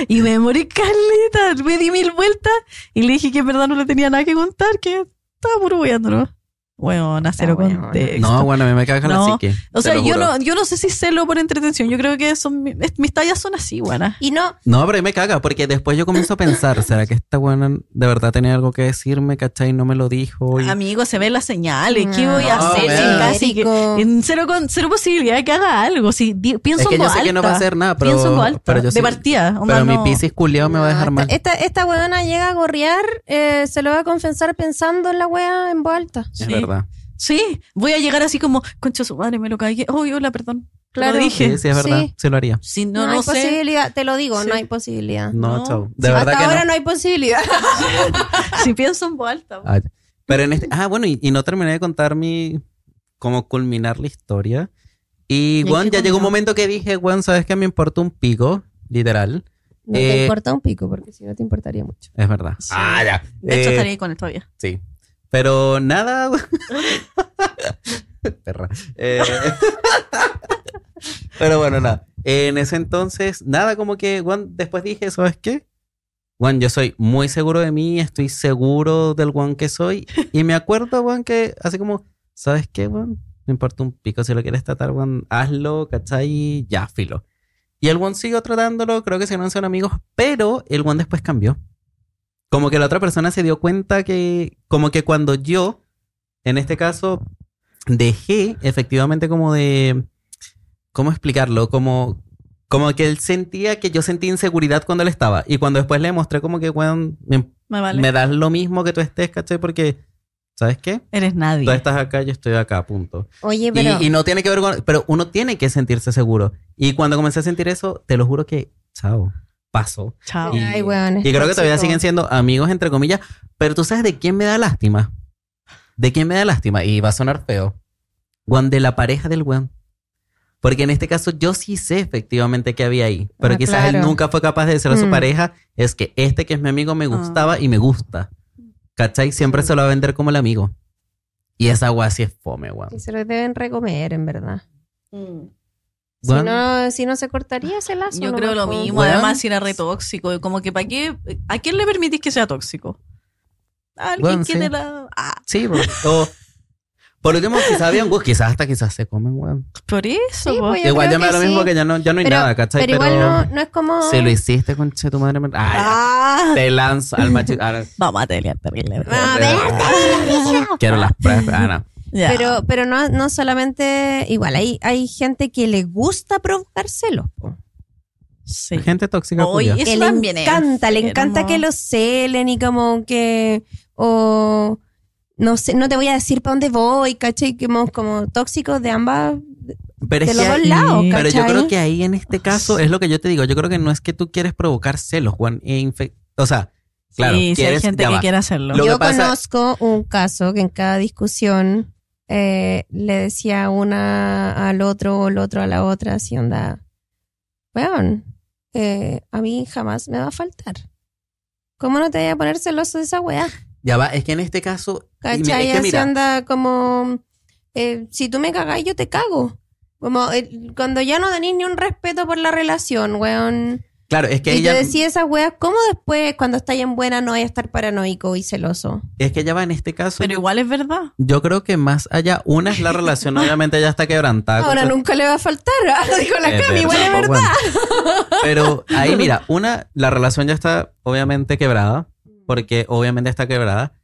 S6: Y me morí caleta, me di mil vueltas y le dije que en verdad no le tenía nada que contar, que estaba puro weando, ¿no? Weona, cero
S3: weona.
S6: contexto.
S4: No, bueno, a mí me cagan
S6: No,
S4: así que.
S6: o
S4: te
S6: sea,
S4: lo
S6: yo
S4: juro.
S6: no, yo no sé si celo por entretención, yo creo que son, mi- es- mis tallas son así, buena.
S3: Y no,
S4: No, pero ahí me caga, porque después yo comienzo a pensar, ¿será que esta buena de verdad tenía algo que decirme, cachai? No me lo dijo. Y...
S6: Amigo, se ven las señales, ¿qué voy a
S3: Ah,
S4: No,
S6: hacer?
S4: Ah, weón.
S6: Sí, casi que-
S3: Genérico.
S6: en cero, con, cero posibilidad de que haga algo, si di- pienso
S4: Es que
S6: en
S4: yo
S6: voz
S4: sé que no va a
S6: alta.
S4: hacer nada, pero.
S6: Pienso en voz alta,
S4: pero yo
S6: de
S4: sí-
S6: partida, onda,
S4: Pero mi
S6: no.
S4: piscis culiao me va a dejar
S3: No,
S4: mal.
S3: Esta, esta weona llega a gorrear, eh, se lo va a confesar pensando en la wea en voz alta.
S4: Es
S6: Sí.
S4: verdad.
S6: Sí, voy a llegar así como, concha su madre, me lo caí. Oh, hola, perdón. Te
S3: Claro.
S6: Lo dije.
S4: Sí, sí, es verdad.
S3: Sí.
S4: Sí, lo haría.
S6: Si
S3: No, pues
S6: no,
S3: hay
S6: no sé.
S3: posibilidad, te lo digo,
S6: Sí.
S3: no hay posibilidad.
S4: No,
S6: No.
S4: chau. De
S3: Sí,
S4: verdad
S3: Hasta
S4: que no.
S3: ahora no. hay posibilidad.
S6: Si pienso en voz alta.
S4: Ah, ya. pero en este. Ah, bueno, y, y no terminé de contar mi. Cómo culminar la historia. Y,
S6: ¿Y
S4: weón,
S6: qué
S4: ya llegó un
S6: culminó?
S4: momento que dije, weón, ¿sabes qué? Me importa un pico, literal.
S3: No
S4: Eh,
S3: te importa un pico, porque si no te importaría mucho.
S4: Es verdad.
S6: Sí.
S4: Ah, ya.
S6: De hecho,
S4: Eh,
S6: estaría ahí con él todavía.
S4: Sí. Pero nada. Perra. Eh, pero bueno, nada. En ese entonces, nada, como que Juan, después dije, ¿sabes qué? Juan, yo soy muy seguro de mí, estoy seguro del Juan que soy. Y me acuerdo, Juan, que así como, ¿sabes qué, Juan? No importa un pico, si lo quieres tratar, Juan, hazlo, ¿cachai? Ya, filo. Y el Juan siguió tratándolo, creo que se son amigos, pero el Juan después cambió como que la otra persona se dio cuenta que, como que cuando yo, en este caso, dejé efectivamente como de, ¿cómo explicarlo? Como, como que él sentía que yo sentía inseguridad cuando él estaba. Y cuando después le mostré como que, weón, me,
S6: Me vale.
S4: me das lo mismo que tú estés, ¿cachai? Porque, ¿sabes qué?
S6: Eres nadie.
S4: Tú estás acá, yo estoy acá, punto.
S3: Oye,
S4: Y,
S3: pero.
S4: y no tiene que ver con. Pero uno tiene que sentirse seguro. Y cuando comencé a sentir eso, te lo juro que. Chao. Pasó.
S6: Chao.
S4: y-
S3: Ay, weón, es
S4: Y creo que todavía
S3: tóxico.
S4: siguen siendo amigos, entre comillas. Pero tú sabes de quién me da lástima. De quién me da lástima. Y va a sonar feo. Juan de la pareja del weón. Porque en este caso yo sí sé efectivamente qué había ahí. Pero
S3: Ah,
S4: quizás él
S3: claro.
S4: nunca fue capaz de decir a su
S3: Mm. Ah.
S4: pareja, es que este que es mi amigo me gustaba y me gusta. ¿Cachai? Siempre se lo va a vender como el amigo. Y esa agua sí es fome, weón.
S3: Que se lo deben recomer, en verdad. Si
S4: Weón,
S3: no, si no se cortaría ese lazo.
S6: Mm. Yo
S3: no
S6: creo
S3: me
S6: lo
S3: acuerdo.
S6: mismo.
S4: Weón.
S6: Además, si era re tóxico. Como que, ¿para qué? ¿A quién le permitís que sea tóxico? A alguien
S4: Weón,
S6: que
S4: sí.
S6: te la. Ah,
S4: Sí, po. o por último, quizás había un gusto, quizás hasta quizás se comen, weón.
S6: por eso,
S3: Sí,
S6: po.
S3: pues, Yo
S4: Igual ya
S3: creo
S4: me da
S3: que
S4: lo mismo
S3: sí.
S4: que ya no, ya no hay
S3: Pero,
S4: nada, ¿cachai?
S3: pero igual no, no es como.
S4: Se lo hiciste con tu madre. me- Ay,
S6: Ah,
S4: Te lanzo al machi- ahora-
S6: vamos a pelear terrible.
S3: Ah, verte,
S4: Quiero las pruebas. Ah, no.
S6: Ya.
S3: Pero, pero no, no solamente. Igual, hay, hay gente que le gusta provocar celos. po.
S6: Sí.
S4: Gente tóxica.
S6: Oye,
S4: culia.
S6: Eso
S3: que le
S6: también es
S3: encanta, le encanta
S6: enfermo.
S3: que lo celen y como que. O. No sé, no te voy a decir para dónde voy, ¿cachai? Que hemos como tóxicos de ambas,
S4: pero, es
S3: de
S4: que
S3: los dos
S4: ahí-
S3: lados,
S4: pero
S3: ¿cachai?
S4: yo creo que ahí en este caso es lo que yo te digo. Yo creo que no es que tú quieres provocar celos, Juan. e infe- O sea, claro,
S6: sí, si hay
S4: quieres-
S6: gente
S4: ya
S6: que
S4: va.
S6: quiere hacerlo.
S4: Lo- que
S3: Yo
S4: pasa-
S3: conozco un caso que en cada discusión eh, le decía una al otro o el otro a la otra, así onda, weón, eh, a mí jamás me va a faltar. ¿Cómo no te voy a poner celoso de esa weá?
S4: Ya va, es que en este caso. y mira,
S3: ¿Cachai?
S4: es que
S3: así
S4: mira,
S3: onda como, eh, si tú me cagás, yo te cago. Como eh, cuando ya no tenés ni un respeto por la relación, weón.
S4: claro, es que
S3: y
S4: ella.
S3: te decía esas weas, ¿cómo después cuando estáis en buena no vais a estar paranoico y celoso?
S4: Es que ya va en este caso.
S6: Pero
S4: yo-
S6: igual es verdad.
S4: Yo creo que más allá, una es la relación, obviamente ya está quebrantada. Ah, con Eh,
S3: Ahora
S4: su-
S3: nunca le va a faltar, ah, lo dijo la
S4: Es
S3: Cami, igual es
S4: verdad,
S3: verdad.
S4: bueno. Pero ahí mira, una, la relación ya está obviamente quebrada, porque obviamente está quebrada,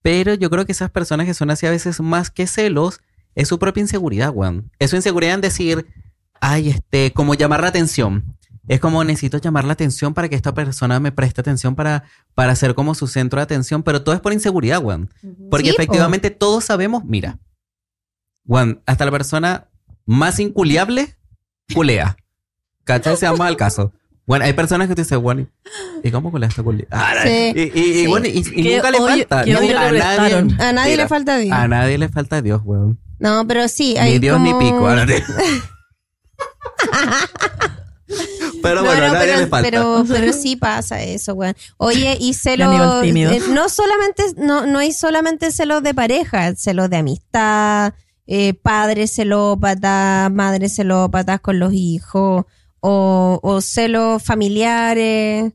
S4: pero yo creo que esas personas que son así a veces más que celos, es su propia inseguridad, weón. Es su inseguridad en decir, ay, este, como llamar la atención. Es como necesito llamar la atención para que esta persona me preste atención para, para ser como su centro de atención, pero todo es por inseguridad, Juan. Porque
S3: Sí, po.
S4: efectivamente todos sabemos, mira, Juan, hasta la persona más inculiable culea. ¿Cachai? Seamos al caso. Bueno, hay personas que te dicen, Juan, ¿y cómo culea esta culea? Ah,
S3: Sí,
S4: y, y- y
S3: sí.
S4: bueno, y, y
S6: Qué
S4: nunca le
S6: hoyo-
S4: falta.
S6: qué
S4: nunca,
S6: hoyo le
S4: a nadie,
S6: prestaron.
S3: A nadie
S4: Mira,
S3: le falta Dios.
S4: A nadie le falta Dios, weón.
S3: No, pero sí. Hay
S4: Ni Dios
S3: como-
S4: ni pico. Ah, ahora te- pero
S3: No,
S4: bueno, a
S3: no,
S4: nadie
S3: pero,
S4: le falta.
S3: pero, pero sí pasa eso, weón. Oye, y
S6: Aníbal
S3: celos.
S6: tímido.
S3: eh, no solamente, no, no hay solamente celos de pareja, celos de amistad, eh, padres celópatas, madres celópatas con los hijos, o, o celos familiares,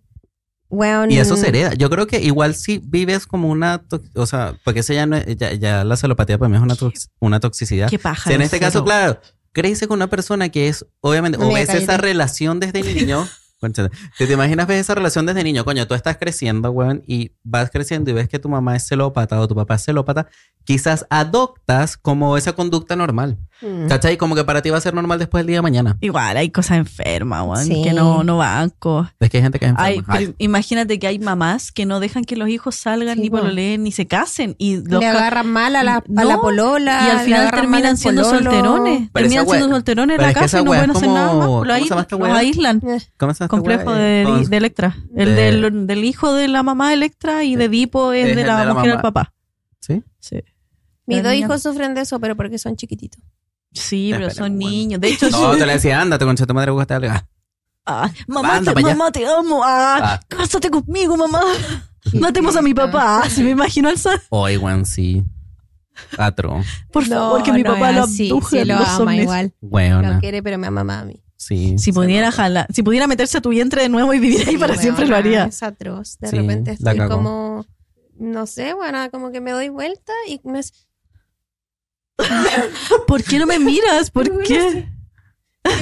S3: weón.
S4: Y eso
S6: Mm.
S4: se hereda. Yo creo que igual si vives como una. to- O sea, porque eso ya, no es- ya, ya la celopatía para mí es una, tox- una toxicidad.
S6: Qué paja.
S4: Si en este
S6: cero.
S4: caso, claro, crece con una persona que es, obviamente, o
S3: Amiga,
S4: ves esa
S3: cállate.
S4: relación desde niño. concha, ¿Te, te imaginas ves esa relación desde niño? Coño, tú estás creciendo, weón, y vas creciendo y ves que tu mamá es celópata o tu papá es celópata, quizás adoptas como esa conducta normal.
S3: Mm.
S4: ¿Cachai? Como que para ti va a ser normal después del día de mañana.
S6: Igual hay cosas enfermas, weón,
S3: Sí.
S6: que no, no banco.
S4: Es que hay gente que es enferma.
S6: Hay,
S4: Ay,
S6: pero imagínate que hay mamás que no dejan que los hijos salgan
S3: Sí,
S6: ni
S3: po.
S6: pololeen ni se casen y los
S3: Le
S6: ca-
S3: agarran mal a la, a
S6: No,
S3: la polola.
S6: y al
S3: le
S6: final
S3: agarran mal
S6: terminan
S3: al
S6: siendo
S3: pololo.
S6: solterones.
S4: Pero esa
S6: terminan siendo
S4: wea-
S6: solterones en
S4: pero
S6: la
S4: es que
S6: casa
S4: esa
S6: y no
S4: wea es
S6: pueden hacer nada
S4: como-
S6: más. pues, Lo
S4: ¿cómo se
S6: ahí-
S4: llama esta
S6: Los
S4: wea?
S6: aíslan.
S3: Eh,
S4: ¿Cómo se llama esta
S6: Complejo
S4: wea?
S6: de,
S4: Cons-
S6: de Electra.
S4: de-
S6: El del, del hijo de la mamá de Electra y de Edipo es,
S4: Es
S6: de
S4: el
S6: la
S4: de la
S6: mujer del
S4: mamá.
S6: papá.
S4: ¿Sí?
S6: Sí.
S3: Mis
S6: Los
S3: dos
S6: niños-
S3: hijos sufren de eso, pero porque son chiquititos.
S6: Sí, pero
S4: Espera,
S6: son
S4: bueno.
S6: niños. De hecho,
S4: No, te le decía, ándate, concha tu madre, buscaste algo. Ah,
S6: Ah, mamá,
S4: Anda
S6: te,
S4: pa' allá.
S6: mamá, te amo. Ah,
S4: Ah.
S6: Cásate conmigo, mamá. Matemos a mi papá. Ah, Se me imagino al zar.
S4: Hoy, weón, sí. Atro.
S6: Por favor, que mi
S3: no
S6: papá
S3: es
S6: lo
S3: así,
S6: abduja.
S3: sí, lo
S6: los
S3: ama
S6: ovnis.
S3: igual. Lo
S4: Weona.
S3: quiere, pero me ama mami.
S4: Sí.
S6: Si pudiera jalar, si pudiera meterse a tu vientre de nuevo y vivir ahí para
S3: Sí,
S6: siempre, lo
S3: weona,
S6: haría.
S3: Es atroz. De
S4: Sí,
S3: repente
S4: la
S3: estoy
S4: cagó.
S3: como, no sé, bueno, como que me doy vuelta y me...
S6: ¿Por qué no me miras? ¿Por
S3: Bueno,
S6: qué?
S3: yo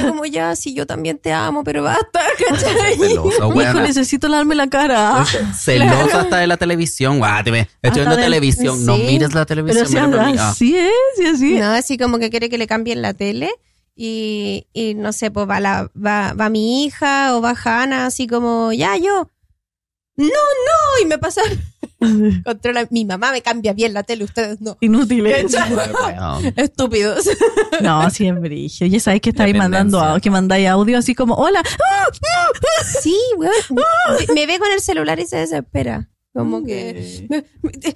S3: como ya, si yo también te amo, pero basta, ¿cachai?
S4: Celosa,
S6: Hijo,
S4: weona.
S6: necesito lavarme la cara. Ah,
S4: Celosa hasta de la televisión. Guau, te ve. Estoy
S6: Hasta
S4: viendo
S6: del-
S4: televisión. No
S3: sí.
S4: mires la televisión.
S6: Pero si
S4: mira para mí. Ah,
S6: así es, si así es.
S3: No, así como que quiere que le cambien la tele y, y no sé, pues va, la, va, va mi hija o va Hannah, así como, ya yo. No, no, y me pasa. Controla, mi mamá me cambia bien la tele, ustedes no.
S6: Inútiles.
S4: Ah, weón.
S3: Estúpidos.
S6: ¿eh? No, sí es brillo. Ya sabes que estáis
S4: Dependencia.
S6: mandando audio, que mandáis audio así como, hola,
S3: Sí, weón. Me- Me ve con el celular y se desespera. Como que. me- me- eh,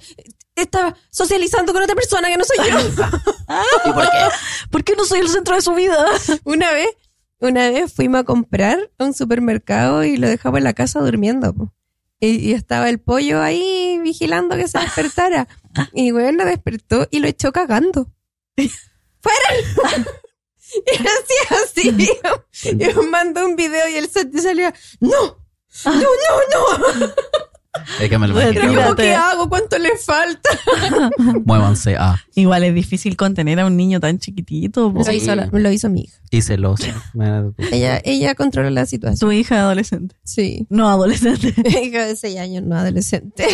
S3: estaba socializando con otra persona que no soy yo.
S4: ¿Y por qué?
S6: ¿por qué no soy el centro de su vida?
S3: Una vez, una vez fuimos a comprar a un supermercado y lo dejamos en la casa durmiendo. po. Y, y estaba el pollo ahí vigilando que se despertara. Y weón lo despertó y lo echó cagando. ¡Fuera! Y así, así. Y nos mandó un video y él se- salía, ¡No!
S4: Es que me lo imagino.
S6: Retira.
S3: ¿Pero
S4: weón.
S3: qué hago? ¿Cuánto le falta?
S4: Muévanse. Ah,
S6: Igual es difícil contener a un niño tan chiquitito. po.
S3: Lo hizo, la- lo hizo mi hija.
S4: y celosa. Mira tú.
S3: Ella, ella controla la situación.
S6: Tu hija adolescente.
S3: Sí.
S6: No adolescente.
S3: Hija de 6 años, no adolescente.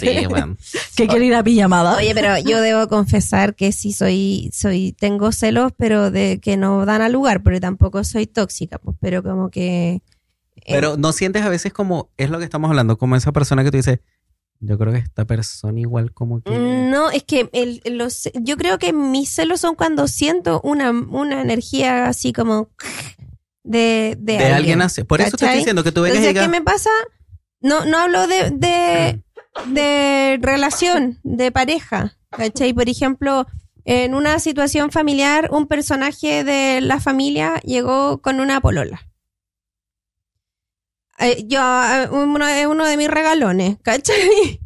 S4: Sí, weón.
S6: Que quiere ir a pijamada.
S3: Oye, pero yo debo confesar que sí soy, soy, tengo celos, pero de que no dan al lugar, pero tampoco soy tóxica, pues, pero como que eh,
S4: Pero no sientes a veces como, es lo que estamos hablando, como esa persona que tú dices, yo creo que esta persona igual como que.
S3: no, es que el, los, yo creo que mis celos son cuando siento una, una energía así como de, de,
S4: De alguien hace. Por eso te estoy
S3: ¿cachai?
S4: diciendo que "Mm, tú vengas y
S3: Entonces,
S4: digas.
S3: ¿qué me pasa? No, no hablo de, de, de relación, de pareja. ¿Cachai? Por ejemplo, en una situación familiar, un personaje de la familia llegó con una polola. Eh, yo, eh, uno, es uno de mis regalones, ¿cachai?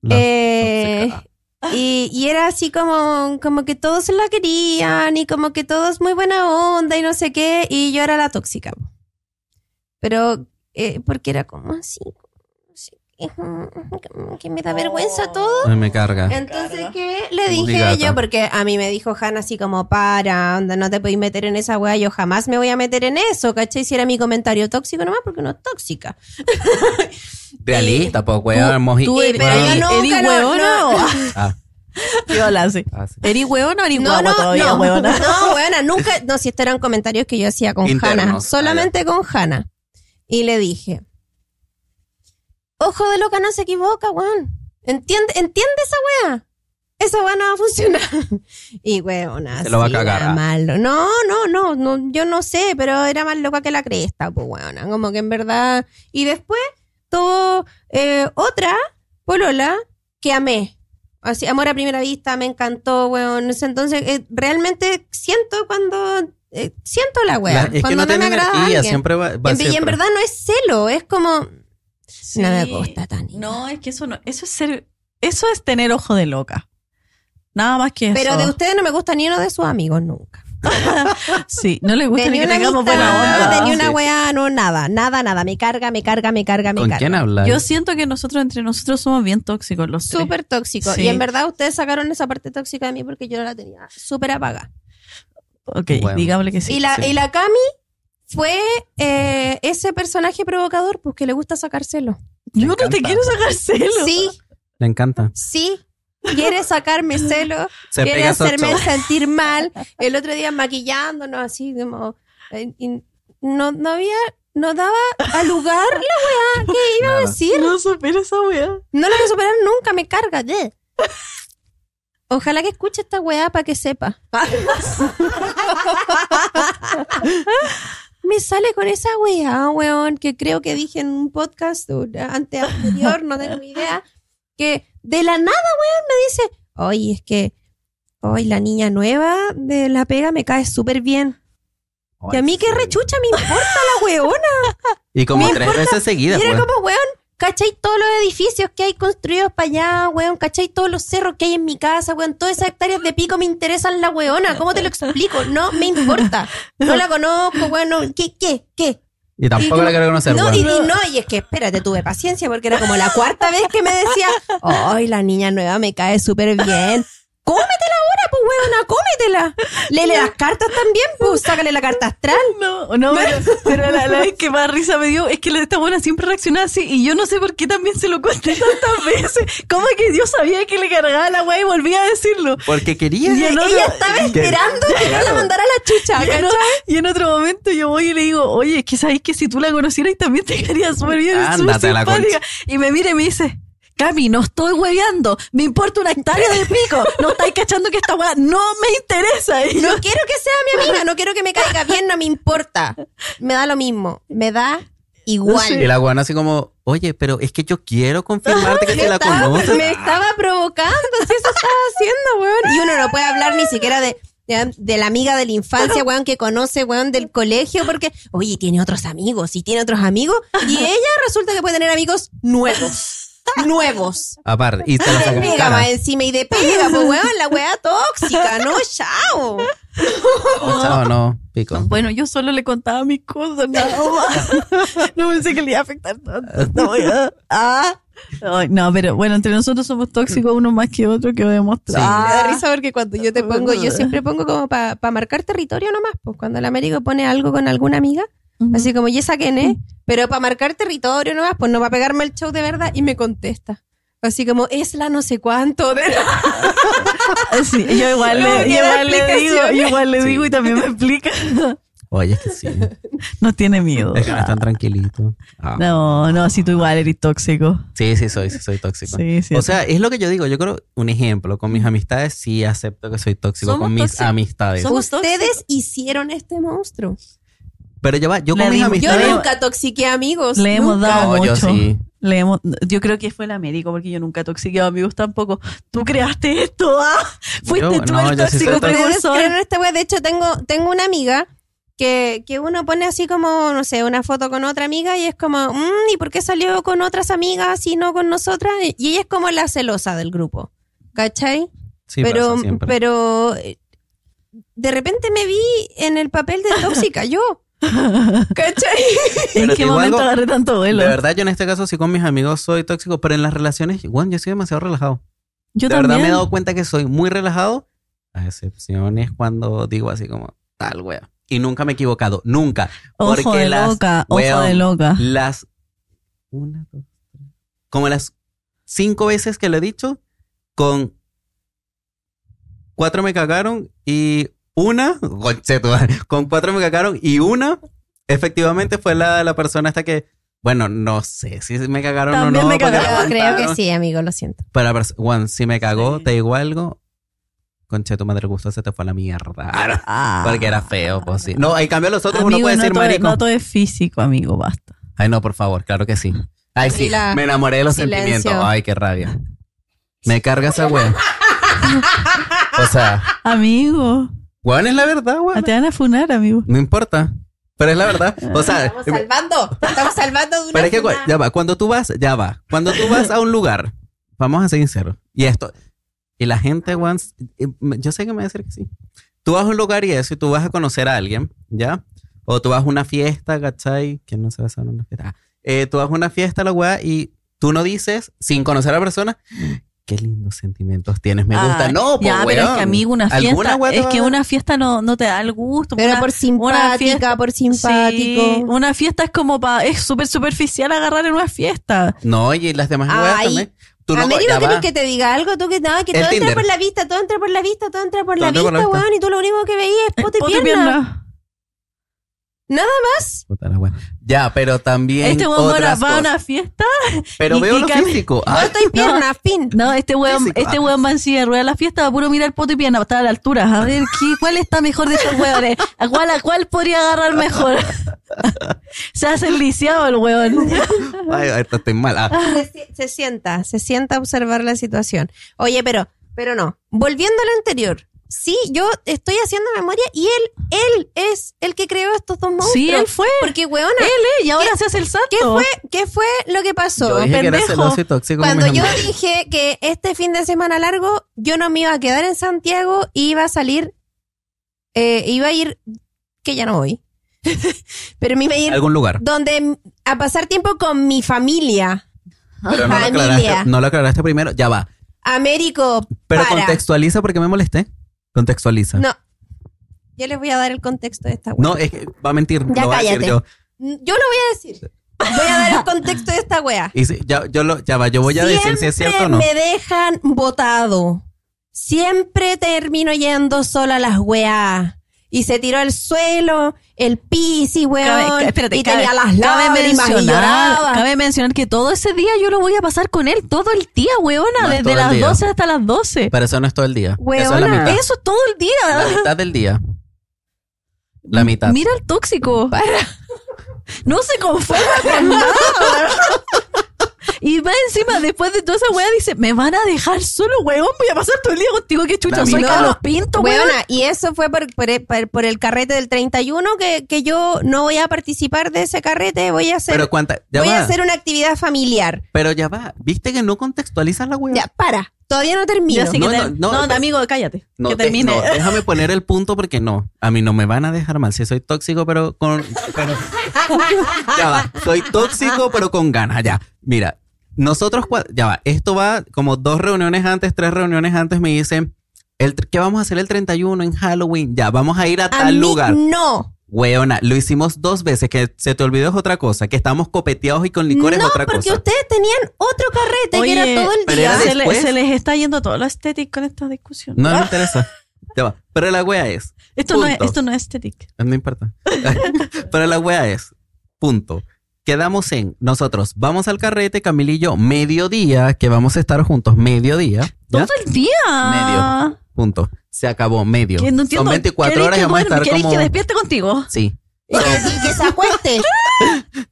S4: la-
S3: Eh,
S4: tóxica.
S3: y, y era así como, como que todos la querían y como que todos muy buena onda y no sé qué. Y yo era la tóxica. po. Pero eh, porque era como así, como así, eh, como que me da
S6: Oh,
S3: vergüenza todo.
S4: Ay, me carga.
S3: Entonces, ¿qué le
S4: Muy
S3: dije
S4: gata.
S3: yo? Porque a mí me dijo Hannah así como, para, onda, no te podéis meter en esa wea, yo jamás me voy a meter en eso, ¿cachai? Si era mi comentario tóxico nomás, porque no es tóxica.
S4: Realista, pues, weón. moji-
S6: tú
S3: Eh,
S6: eres-
S3: pero yo
S4: Weón.
S3: nunca
S6: ¿Eres
S3: lo-
S6: hueona
S3: no-
S6: o-
S4: Ah,
S6: Yo la sé.
S4: ah, sí.
S6: ¿Eres hueona o eres
S3: No,
S6: guagua
S3: no,
S6: todavía,
S3: no,
S6: hueona?
S3: no, hueona, nunca. No, si estos eran comentarios que yo hacía con
S4: Internos.
S3: Hanna. Solamente con Hanna. Y le dije, ojo de loca no se equivoca, weón. Entiende, entiende esa weá. Esa weá no va a funcionar. Y weón, así.
S4: Se lo va a
S3: era
S4: cagar. ah.
S3: malo. No, no, no, no, yo no sé, pero era más loca que la cresta, pues weón. Como que en verdad. Y después tuvo eh, otra polola que amé. Así, amor a primera vista, me encantó, weón. Entonces, eh, realmente siento cuando. eh, siento la
S4: La-
S3: weá.
S4: es que
S3: cuando no, me
S4: tiene
S3: agrada.
S4: energía,
S3: alguien.
S4: siempre va, va
S3: En- y en
S4: siempre.
S3: verdad no es celo, es como.
S6: Sí.
S3: No me gusta tan.
S6: No, es que eso no, eso es ser, eso es tener ojo de loca. Nada más que eso.
S3: Pero de ustedes no me gusta ni uno de sus amigos nunca.
S6: Sí, no le gusta
S3: De
S6: ni que
S3: ni una
S6: tengamos
S3: amistad,
S6: buena onda.
S3: de ni una
S4: Sí.
S3: weá, no, nada, nada, nada. Me carga, me carga, me carga, me
S4: ¿Con
S3: carga.
S4: quién hablas?
S6: Yo siento que nosotros entre nosotros somos bien tóxicos los tres.
S3: Súper tóxico.
S6: Sí.
S3: Y en verdad ustedes sacaron esa parte tóxica de mí porque yo la tenía súper apagada.
S6: Ok,
S4: Bueno.
S6: digámosle que sí.
S3: y, la,
S4: sí.
S3: y la Cami fue eh, ese personaje provocador, pues que le gusta sacárselo.
S6: Yo no
S4: encanta.
S6: te quiero sacar celo.
S3: Sí,
S4: Le encanta.
S3: sí. Quiere sacarme celos.
S4: Se
S3: quiere
S4: pega esos
S3: hacerme
S4: shows.
S3: sentir mal. El otro día maquillándonos así como eh, y no, no había, no daba a lugar la weá que iba a
S4: Nada.
S3: decir.
S6: No supera esa weá.
S3: No la voy a superar nunca, me carga. bleh. Ojalá que escuche esta weá para que sepa. Me sale con esa weá, weón, que creo que dije en un podcast o ante anterior, no tengo idea, que de la nada, weón, me dice, oye, es que hoy la niña nueva de la pega me cae súper bien. Y a mí qué rechucha me importa la weón.
S4: Y como
S3: Me
S4: tres veces seguidas.
S3: Mira
S4: pues.
S3: como, weón, ¿cachai todos los edificios que hay construidos para allá, weón? ¿Cachai todos los cerros que hay en mi casa, weón? Todas esas hectáreas de pico me interesan la weona. ¿Cómo te lo explico? No me importa. No la conozco, weón. no- ¿Qué, qué, qué?
S4: Y tampoco
S3: Y-
S4: la quiero conocer,
S3: no,
S4: weón.
S3: y, y no, y es que espérate, tuve paciencia porque era como la cuarta vez que me decía, ay, la niña nueva me cae súper bien. Cómetela ahora, pues, weona, cómetela. Léele las cartas también, pues, sácale la carta astral.
S6: No, no, pero, pero la, la vez que más risa me dio es que la- esta buena siempre reaccionaba así y yo no sé por qué también se lo conté tantas veces. ¿Cómo que yo sabía que le cargaba la weá y volvía a decirlo?
S4: Porque quería.
S6: Y en otro-
S3: Ella estaba
S4: que-
S3: esperando que yo la mandara a la chucha,
S6: y en o-
S3: ¿cachai?
S6: y en otro momento yo voy y le digo, oye, es que sabéis que si tú la conocieras también te quería súper bien, es súper
S4: Ándate a la
S6: simpática. Y me mira y me dice, Cami, no estoy hueveando, me importa una hectárea de pico, no estáis cachando que esta weá no me interesa. Y yo,
S3: No quiero que sea mi amiga, no quiero que me caiga bien, no me importa. Me da lo mismo, me da igual.
S4: Y la guana así como, oye, pero es que yo quiero confirmarte que
S3: Me,
S4: te la
S3: estaba,
S4: conoces.
S3: me estaba provocando, si eso estaba haciendo, weón. Y uno no puede hablar ni siquiera de, de, de la amiga de la infancia, weón, que conoce, weón, del colegio, porque, oye, tiene otros amigos y tiene otros amigos, y ella resulta que puede tener amigos nuevos. Nuevos.
S4: Aparte, y te la saca en
S3: Pega
S4: cara.
S3: más encima y de pega, pues, weón, la weá tóxica, ¿no? Chao.
S4: Oh, chao, no, pico.
S6: Bueno, yo solo le contaba mis cosas, nada más. No pensé que le iba a afectar tanto. esta weá. Ah. Ay, no, pero bueno, entre nosotros somos tóxicos uno más que otro que
S4: Sí.
S6: demostrado.
S3: Me da risa porque cuando yo te pongo, yo siempre pongo como para marcar territorio nomás, pues cuando el Américo pone algo con alguna amiga,
S6: Ah.
S3: así como ya saquen, ¿eh? Pero para marcar territorio nomás, pues no va a pegarme el show de verdad y me contesta. Así como, es la no sé cuánto de la-
S6: Sí, yo igual
S3: Como
S6: le,
S3: que
S6: yo
S3: da
S6: igual le digo,
S3: explicaciones.
S6: yo igual le
S4: Sí.
S6: digo y también me explica.
S4: Oye, es que sí. Es
S6: No tiene miedo.
S4: que no están tranquilitos. Ah.
S6: No, no, si tú igual eres tóxico.
S4: Sí, sí, soy, sí, soy tóxico.
S6: Sí, sí.
S4: O sea, es lo que yo digo. Yo creo, un ejemplo, con mis amistades sí acepto que soy tóxico
S6: Somos
S4: con mis
S6: tóxicos.
S4: amistades.
S6: Somos
S3: Ustedes hicieron este monstruo.
S4: Pero yo, yo
S6: Le
S4: con mis
S6: dimos-
S3: Yo
S4: amistades.
S6: Está bien.
S3: nunca toxiqué amigos.
S6: le hemos
S3: nunca.
S6: dado
S4: No, yo
S6: mucho.
S4: sí.
S6: Le hemos- yo creo que fue el Américo, porque yo nunca toxiqué a amigos tampoco. Tú creaste esto, ¿ah? Fuiste
S4: Yo-
S6: tú
S4: no,
S6: el
S4: yo sí soy
S6: tóxico
S4: tóxico.
S3: Ustedes
S6: precursor.
S3: crearon esta wea. De hecho, tengo, tengo una amiga que, que uno pone así como, no sé, una foto con otra amiga y es como, "Mm, ¿y por qué salió con otras amigas y no con nosotras? Y ella es como la celosa del grupo. ¿Cachai?
S4: Sí,
S3: pero,
S4: pasa siempre.
S3: pero eh, de repente me vi en el papel de tóxica yo. ¿Cachai?
S6: ¿En
S4: Pero
S6: qué
S4: te digo
S6: momento
S4: algo,
S6: agarré tanto vuelo?
S4: De verdad, yo en este caso sí con mis amigos soy tóxico, pero en las relaciones, bueno, yo soy demasiado relajado.
S6: yo
S4: de
S6: también.
S4: verdad me he dado cuenta que soy muy relajado, a excepción es cuando digo así como, tal wea. Y nunca me he equivocado, nunca.
S6: Ojo
S4: porque
S6: de
S4: las-
S6: loca, ojo
S4: weón,
S6: de loca.
S4: Las... Una, dos, tres. Como las cinco veces que lo he dicho, con cuatro me cagaron y una... Conche tu madre. Con cuatro me cagaron y una Efectivamente fue la, la persona hasta que, bueno, no sé si me cagaron
S6: También
S4: o no.
S6: me
S4: porque
S6: cagaron.
S4: la
S3: Creo que
S4: aguantaron.
S3: sí, amigo, lo siento.
S4: Pero la pers- Juan, si me cagó,
S5: Sí.
S4: te digo algo. Conche, tu madre gusto se te fue a la mierda.
S6: Ah.
S4: Porque era feo, pues sí. No, en cambio los otros uno
S6: Amigo,
S4: puede
S6: no
S4: decir
S6: todo-
S4: marico.
S6: No todo es físico, amigo, basta.
S4: Ay, no, por favor, claro que sí. Ay, sí,
S3: Y la-
S4: me enamoré de los
S3: silencio.
S4: sentimientos. Ay, qué rabia. Me carga esa wea. o sea,
S6: Amigo,
S4: weón es la verdad, weón.
S6: te van a funar, amigo.
S4: No importa. Pero es la verdad. O sea,
S3: Estamos salvando, estamos salvando de una
S4: pero es que cu-
S3: funa.
S4: ya va. Cuando tú vas, ya va. Cuando tú vas a un lugar, vamos a ser sinceros. Y esto. Y la gente, weón, eh, yo sé que me va a decir que sí. Tú vas a un lugar y eso, y tú vas a conocer a alguien, ¿ya? O tú vas a una fiesta, ¿cachai? ¿Quién no se va a saber una fiesta? Ah, eh, tú vas a una fiesta, la weá, y tú no dices, sin conocer a la persona, qué lindos sentimientos tienes, me gusta.
S6: Ay,
S4: no, pues,
S6: Ya, pero es
S4: weón.
S6: que, amigo, una
S4: Alguna
S6: fiesta.
S4: weá te
S6: Es
S4: va a
S6: que
S4: dar.
S6: una fiesta no, no te da el gusto.
S3: Pero
S6: una-
S3: por
S6: fiesta-
S3: simpática, por simpático.
S6: Sí, una fiesta es como para. Es súper superficial agarrar en una fiesta.
S4: No, y las demás weas
S3: Ay,
S4: también. Tú no,
S3: Américo,
S4: ya
S3: ¿querés
S4: va.
S3: que te diga algo? Tú que no, que
S4: El
S3: todo
S4: Tinder.
S3: entra por la vista, todo entra por la vista, todo entra por,
S4: Todo
S3: la,
S4: entra por
S3: vista,
S4: la vista.
S3: weón, y tú lo único que veías es pote
S6: Ponte
S3: pierna.
S6: pierna.
S4: Puta la wea. Ya, pero también
S6: Este weón va a
S4: otras
S6: una- va a
S4: cosas.
S6: una fiesta.
S4: Pero
S6: y-
S4: veo
S6: y
S4: lo
S6: cam-
S4: físico. Ah,
S3: Pote y pierna, fin.
S6: No, este weón,
S4: Físico,
S6: este
S4: ah.
S6: weón va en silla de ruedas a la fiesta, va puro mirar poto y pierna, está a la altura. A ver, ¿qué- ¿cuál está mejor de estos weones? ¿A cuál, a cuál podría agarrar mejor? Se hace el lisiado el weón.
S4: ay, ahorita estoy mal. Ah,
S3: Se, se sienta, se sienta a observar la situación. Oye, pero, pero no. Volviendo al anterior. Sí, yo estoy haciendo memoria y él, él es el que creó estos dos monstruos.
S6: Sí, él fue.
S3: Porque, weona,
S6: Él, ¿eh? Y ahora
S3: ¿Qué-
S6: se hace el salto.
S3: ¿qué fue, ¿qué fue lo que pasó?
S4: yo dije que era
S6: pendejo.
S4: celoso y tóxico. con
S3: Cuando
S4: mis
S3: yo
S4: amigos.
S3: dije que este fin de semana largo yo no me iba a quedar en Santiago y iba a salir, eh, iba a ir, que ya no voy, pero me iba a ir
S4: algún lugar.
S3: donde a pasar tiempo con mi familia.
S4: Pero no lo,
S3: familia.
S4: aclaraste, no lo aclaraste primero. Ya va.
S3: Américo,
S4: Pero
S3: para.
S4: contextualiza porque me molesté. Contextualiza. No,
S3: No, yo les voy a dar el contexto de esta wea.
S4: es que va a mentir.
S3: Ya
S4: lo voy a decir
S3: cállate.
S4: yo.
S3: Yo lo voy a decir. Voy a dar el contexto de esta wea.
S4: Y si- ya, yo lo, ya va, yo voy a decir si es cierto o no.
S3: me dejan votado. Siempre termino yendo sola a las weas. Y se tiró al suelo, el pis y weón.
S6: Cabe, ca- espérate,
S3: y
S6: cabe-
S3: tenía
S6: cabe
S3: las lágrimas y lloraba.
S6: mencionar, cabe mencionar que todo ese día yo lo voy a pasar con él todo el día, weona,
S4: No es todo
S6: desde
S4: el
S6: las
S4: día.
S6: 12 hasta las 12.
S4: Pero eso no es todo el día. eso es la
S3: Huevona,
S4: mitad.
S6: Eso es todo el
S4: La
S6: día.
S4: mitad del día. La mitad.
S6: Mira el tóxico. No se conforma con nada. Y va encima, después de toda esa weá, dice, me van a dejar solo, weón, voy a pasar todo el día contigo, que
S4: La
S6: chucha, soy
S4: mitad.
S6: Carlos Pinto, weón.
S3: Weona, y eso fue por, por- por- por el carrete del 31 que, que yo no voy a participar de ese carrete, voy a hacer,
S4: Pero cuánta. Ya
S3: voy
S4: va.
S3: a hacer una actividad familiar.
S4: Pero ya va. ¿Viste que no contextualizas la wea?
S3: Ya, para, todavía no
S6: Ya
S3: termino.
S6: sé que
S4: No,
S6: te-
S4: no, no,
S6: no,
S4: te-
S6: amigo, cállate.
S4: No,
S6: que
S4: te-
S6: termine.
S4: no, déjame poner el punto porque no. A mí no me van a dejar mal. Si soy tóxico, pero con. pero- ya va. Soy tóxico, pero con ganas. Ya. Mira, nosotros. cua- Ya va. Esto va como dos reuniones antes, tres reuniones antes. Me dicen, el, tr- ¿qué vamos a hacer el 31 en Halloween? Ya, vamos a ir a
S3: A
S4: tal
S3: mí
S4: lugar.
S3: no.
S4: Weona, lo hicimos dos veces. Que se te olvidó es otra cosa. Que estamos copeteados y con licores
S3: no,
S4: es otra
S3: porque
S4: cosa.
S3: ustedes tenían otro carrete que
S6: Oye,
S3: era todo el
S4: pero
S3: día.
S4: era
S6: se, le-
S4: después.
S6: se les está yendo todo lo estético con esta discusión.
S4: No, no me interesa. Ya va. Pero la wea es.
S6: esto, no es,
S4: punto.
S6: esto no es estético.
S4: No importa. Pero la wea es, punto. Quedamos en, nosotros vamos al carrete, Camilillo, mediodía, que vamos a estar juntos, mediodía. ¿ya?
S6: Todo el día.
S4: Medio. Punto. Se acabó, medio.
S6: ah. Que no entiendo.
S4: Son 24
S6: ¿Queréis
S4: horas y
S6: que
S4: vamos a
S6: duerme?
S4: estar
S6: ¿Queréis
S4: como...
S6: que despierte contigo?
S4: Sí.
S3: Y que, y que se acueste.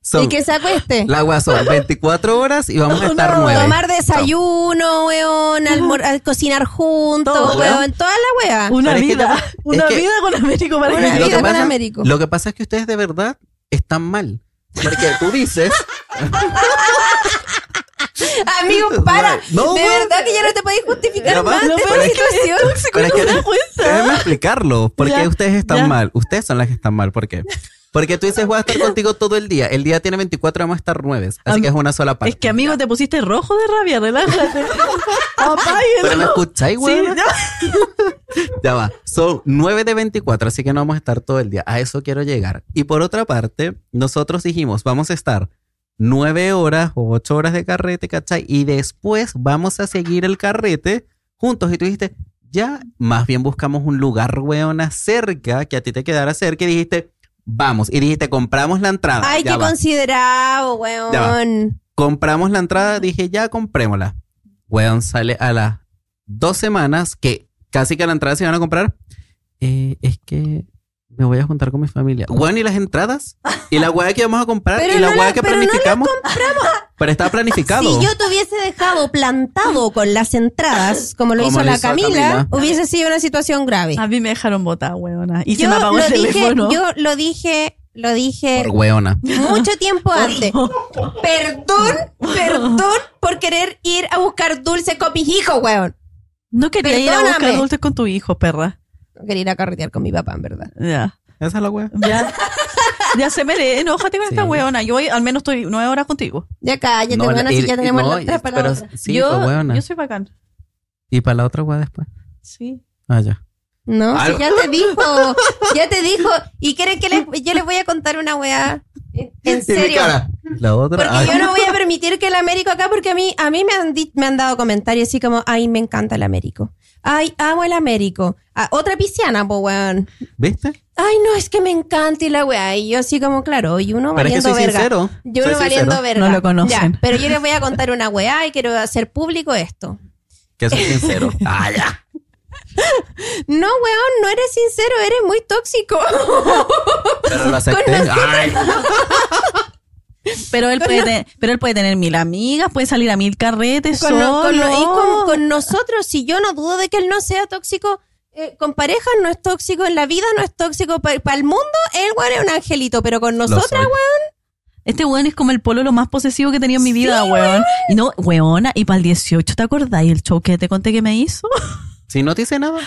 S4: Son-
S3: y que se acueste.
S4: La wea son 24 horas y vamos a estar nueve.
S3: Tomar desayuno, weón, almor- al cocinar juntos,
S6: Todo,
S4: ¿eh?
S3: weón,
S6: weón.
S3: toda la wea.
S6: Una
S4: Pero es que
S6: vida.
S4: yo-
S6: una
S4: es que-
S6: vida con Américo para
S3: Una
S6: que-
S4: Lo
S3: vida
S4: que
S3: con
S4: pasa-
S3: Américo.
S4: Lo que pasa es que ustedes de verdad están mal. Porque tú dices...
S3: Amigo, para.
S4: No,
S3: de
S4: weón.
S3: verdad que ya no te podéis justificar
S4: Pero
S3: más
S4: va-
S3: de
S4: pero es
S3: esta
S4: que-
S3: situación.
S4: Pero es que déjenme explicarlo. ¿Por qué
S6: Ya,
S4: ustedes están
S6: ya.
S4: mal? Ustedes son las que están mal. ¿Por qué? Porque tú dices, voy a estar contigo todo el día. El día tiene 24, vamos a estar 9. Así
S6: Am-
S4: que es una sola parte.
S6: Es que amigo, te pusiste rojo de rabia, relájate. Apáguelo.
S4: Pero me escucháis, güey.
S6: Sí, ya.
S4: Ya va. Son 9 de 24, así que no vamos a estar todo el día. A eso quiero llegar. Y por otra parte, nosotros dijimos, vamos a estar 9 horas o 8 horas de carrete, ¿cachai? Y después vamos a seguir el carrete juntos. Y tú dijiste, ya, más bien buscamos un lugar, weona, cerca, que a ti te quedara cerca. Y dijiste, vamos. Y dijiste, compramos la entrada.
S3: Hay
S4: ya
S3: que
S4: va.
S3: considerar, po,
S4: Ya va.
S3: weón.
S4: Compramos la entrada, dije, ya comprémosla. Weón sale a las dos semanas, que casi que a la entrada se van a comprar. Eh, es que me voy a juntar con mi familia. Weón, y las entradas, y la weá que vamos a comprar,
S3: Pero
S4: y la
S3: no
S4: weá
S3: la-
S4: que
S3: pero no la
S4: planificamos. pero está planificado.
S3: Si yo te hubiese dejado plantado con las entradas, como lo
S4: Como
S3: hizo
S4: lo
S3: la
S4: hizo
S3: Camila,
S4: Camila.
S3: hubiese sido una situación grave.
S6: A mí me dejaron botar, weona. Y se
S3: Yo
S6: me apagó
S3: lo
S6: el
S3: dije,
S6: teléfono.
S3: yo lo dije, lo dije
S4: Por weona.
S3: mucho
S6: Oh,
S3: tiempo antes. Perdón, perdón por querer ir a buscar dulces con mis hijos, weón.
S6: no quería ir a buscar
S3: Perdóname.
S6: dulces con tu hijo, perra.
S3: No quería ir a carretear con mi papá, en verdad.
S6: Ya.
S4: Esa es la weá.
S6: Ya. ya se merece. Enójate con
S4: Sí.
S6: esta weona. Yo hoy al menos estoy nueve horas contigo.
S3: Ya cállate,
S4: No,
S3: weón,
S4: la-
S3: así
S4: y-
S3: ya tenemos
S4: no,
S3: las tres
S4: y-
S3: para la
S4: pero
S3: otra.
S4: sí,
S6: yo,
S4: pues, weona.
S6: yo soy bacán.
S4: Y para la otra weá después.
S6: Sí.
S4: Ah, ya.
S3: No, si
S4: Algo.
S3: ya te dijo, ya te dijo. Y quieren que les, yo les voy a contar una weá. En- En serio.
S4: La otra.
S3: Porque
S4: ay,
S3: yo no voy a permitir que el Américo acá, porque a mí, a mí me, han di- me han dado comentarios así como, ay, me encanta el Américo. Ay, amo el Américo. Ah, otra pisciana, po, weón.
S4: ¿Viste?
S3: Ay, no, es que me encanta y la weá. Y yo así como, claro, y uno
S4: Pero es que
S3: valiendo
S4: soy
S3: verga.
S4: sincero.
S3: Yo
S4: soy
S3: uno valiendo
S4: sincero.
S3: verga.
S6: No lo conocen.
S3: Ya, pero yo les voy a contar una weá y quiero hacer público esto.
S4: Que soy sincero. Ah, ya.
S3: No, weón, no eres sincero, eres muy tóxico.
S4: Pero lo acepté. Ay.
S6: Pero él, puede tener, pero él puede tener mil amigas, puede salir a mil carretes
S3: con,
S6: solo.
S3: no- con no- y con- con nosotros, si yo no dudo de que él no sea tóxico, eh, con pareja no es tóxico, en la vida no es tóxico, para el mundo él weón, es un angelito, pero con nosotras,
S4: soy.
S3: weón,
S6: Este weón es como el polo lo más posesivo que he tenido en mi vida, weón. Y no, weona, y para el 18, ¿te acordáis el show que te conté que me hizo?
S4: Si no te hice nada.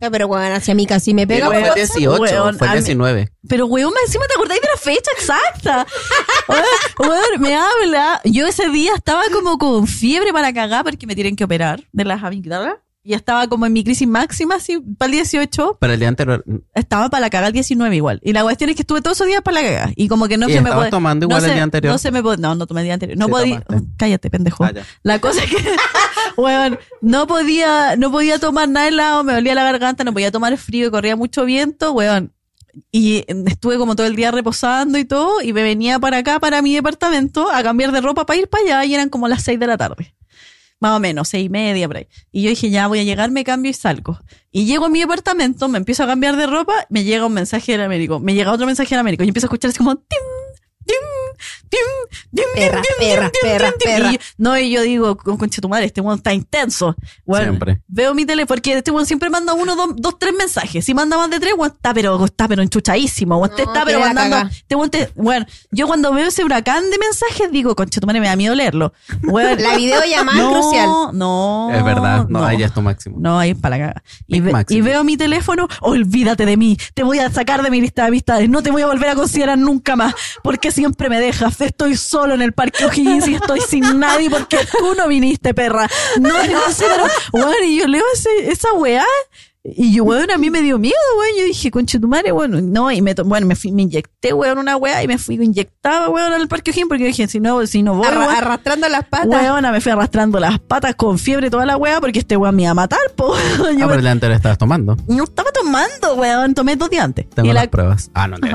S3: Ya, pero weón, hacia mí casi me
S4: Pero
S3: pega.
S4: fue
S3: weón.
S4: el 18,
S6: Weón,
S4: fue
S6: a
S4: el
S6: mí-
S4: 19.
S6: Pero weón, más encima te acordáis de la fecha exacta. Weón, weón, me habla. Yo ese día estaba como con fiebre para cagar porque me tienen que operar de las amígdalas. Y estaba como en mi crisis máxima, así, para el 18.
S4: Pero el día anterior.
S6: Estaba para la cagada el 19 igual. Y la cuestión es que estuve todos esos días para la cagada. Y como que no
S4: Y
S6: se me
S4: estabas
S6: podía.
S4: tomando
S6: no
S4: igual el
S6: se-
S4: día anterior.
S6: No se me pod- No, no tomé el día anterior. No
S4: Sí,
S6: podía.
S4: tomaste.
S6: Cállate, pendejo.
S4: Ah, ya.
S6: La cosa es que, weón, no podía, no podía tomar nada helado, me dolía la garganta, no podía tomar frío y corría mucho viento, weón. Y estuve como todo el día reposando y todo, y me venía para acá, para mi departamento, a cambiar de ropa para ir para allá, y eran como las seis de la tarde. Más o menos, seis y media, por ahí. Y yo dije, ya voy a llegar, me cambio y salgo. Y llego a mi departamento, me empiezo a cambiar de ropa, me llega un mensaje del Américo, me llega otro mensaje del Américo, y empiezo a escuchar así como, tim, tim, tim, tim, tim,
S3: Perra,
S6: tim,
S3: perra,
S6: tim,
S3: perra,
S6: tim, tim.
S3: perra.
S6: Y yo- no, y yo digo, con conche tu madre, este weón está intenso. Weón,
S4: Siempre.
S6: Veo mi teléfono, porque este weón siempre manda uno, dos, dos, tres mensajes. Si manda más de tres, weón está pero, está pero enchuchadísimo. Weón, te
S3: No,
S6: está pero
S3: tiene la
S6: mandando.
S3: caga.
S6: Este weón te- weón, yo cuando veo ese huracán de mensajes, digo, conche tu madre, me da miedo leerlo. Weón,
S3: La videollamada
S6: no,
S3: es crucial.
S6: No.
S4: Es verdad, no,
S6: no.
S4: ahí ya es tu máximo.
S6: No, ahí es para la caga. Y,
S4: Big
S6: ve-
S4: Mac,
S6: y
S4: sí.
S6: veo mi teléfono, olvídate de mí, te voy a sacar de mi lista de amistades, no te voy a volver a considerar nunca más, porque siempre me dejas, estoy solo en el parque O'Higgins y estoy sin nadie porque tú no viniste, perra. No te considero. Weón, y yo leo ese- esa weá. Y yo, weón, a mí me dio miedo, weón. Yo dije, conche tu madre, weón. No, y me, to- bueno, me, fui- me inyecté, weón, una weá y me fui inyectada, weón, al parque O'Higgins porque yo dije, si no, si no voy,
S3: Arra-
S6: weón,
S3: arrastrando las patas.
S6: Weona, me fui arrastrando las patas con fiebre toda la wea porque este weón me iba a matar, po.
S4: Ah,
S6: Yo
S4: pero el día anterior estabas tomando.
S6: no estaba tomando, weón, tomé dos días antes.
S4: Tengo
S6: y,
S4: las
S6: la-
S4: pruebas. Ah, no, no.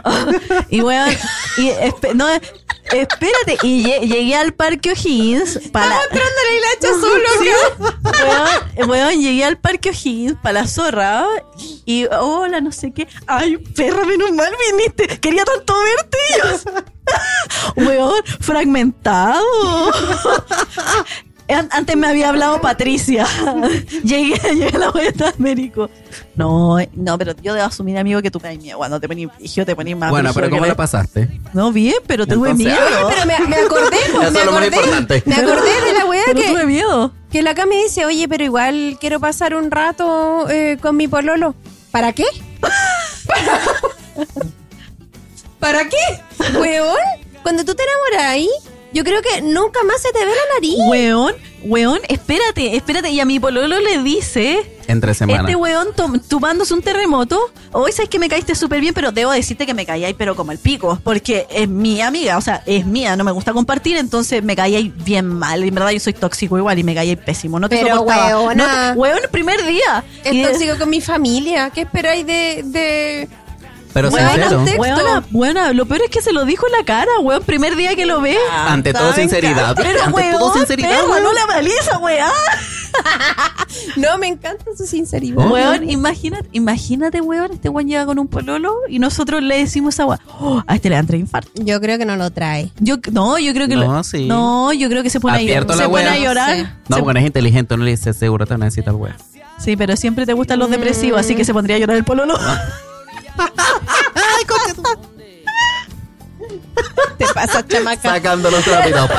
S6: y weón, y espe- no, espérate, y lle- llegué al parque O'Higgins para...
S3: Mostrándole el hacha solo, weón.
S6: Weón, weón, llegué al parque O'Higgins para la zorra y hola, no sé qué. Ay, perra, menos mal viniste. Quería tanto verte. Y yo- weón, fragmentado. An- Antes me había hablado Patricia. Llegué, llegué a la vuelta de Américo. No, no, pero yo debo asumir, amigo, que tú me das miedo. Bueno, te poní Ah, yo te poní más
S4: bueno,
S6: brígido
S4: pero
S6: que
S4: ¿cómo
S6: la-
S4: la pasaste?
S6: No, bien, pero tuve
S4: Entonces,
S6: miedo.
S3: Ah, Pero me, me acordé,
S4: Eso es lo más
S3: me acordé,
S4: importante.
S3: me acordé de la weá
S6: Pero
S3: que,
S6: tuve miedo.
S3: que la Cami dice, oye, pero igual quiero pasar un rato eh, con mi pololo. ¿Para qué? ¿Para qué? Weón, cuando tú te enamoras ahí, yo creo que nunca más se te ve la nariz.
S6: Weón, weón, espérate, espérate. Y a mi pololo le dice
S4: Entre semana.
S6: Este weón tom- tomándose un terremoto. Hoy sabes que me caíste súper bien, pero debo decirte que me caí ahí, pero como el pico. Porque es mi amiga, o sea, es mía, no me gusta compartir, entonces me caí ahí bien mal. En verdad, yo soy tóxico igual y me caí ahí pésimo. No te
S3: Pero,
S6: soportaba.
S3: weona.
S6: No te- weón, primer día. Y-
S3: Es tóxico con mi familia. ¿Qué esperáis de, de,
S4: Pero
S3: Huevona,
S4: sincero,
S3: usted- Texto.
S6: Weona, weona, lo peor es que se lo dijo en la cara, weón. Primer día que lo ve.
S4: ante todo sinceridad.
S6: Pero,
S4: ante todo
S6: weón,
S4: sinceridad.
S6: perra,
S4: weón.
S6: no la paliza, weón.
S3: No, me encanta su sinceridad.
S6: Weón, imagínate, imagínate, weón, este weón llega con un pololo y nosotros le decimos a weón, "Oh, a este le dan tres infartos.
S3: Yo creo que no lo trae.
S6: Yo, no, yo creo que
S4: No,
S6: lo-
S4: sí.
S6: no, yo creo que se pone a llorar.
S4: Abierto la
S6: Se pone a
S4: weá.
S6: llorar.
S4: No,
S6: Se-
S4: bueno, es inteligente, no le dice seguro te van a decir tal wea.
S6: Sí, pero siempre te gustan los depresivos, así que se pondría a llorar el pololo.
S4: Ah.
S3: Te pasa, chamaca.
S4: Sacando los trapitos. pa,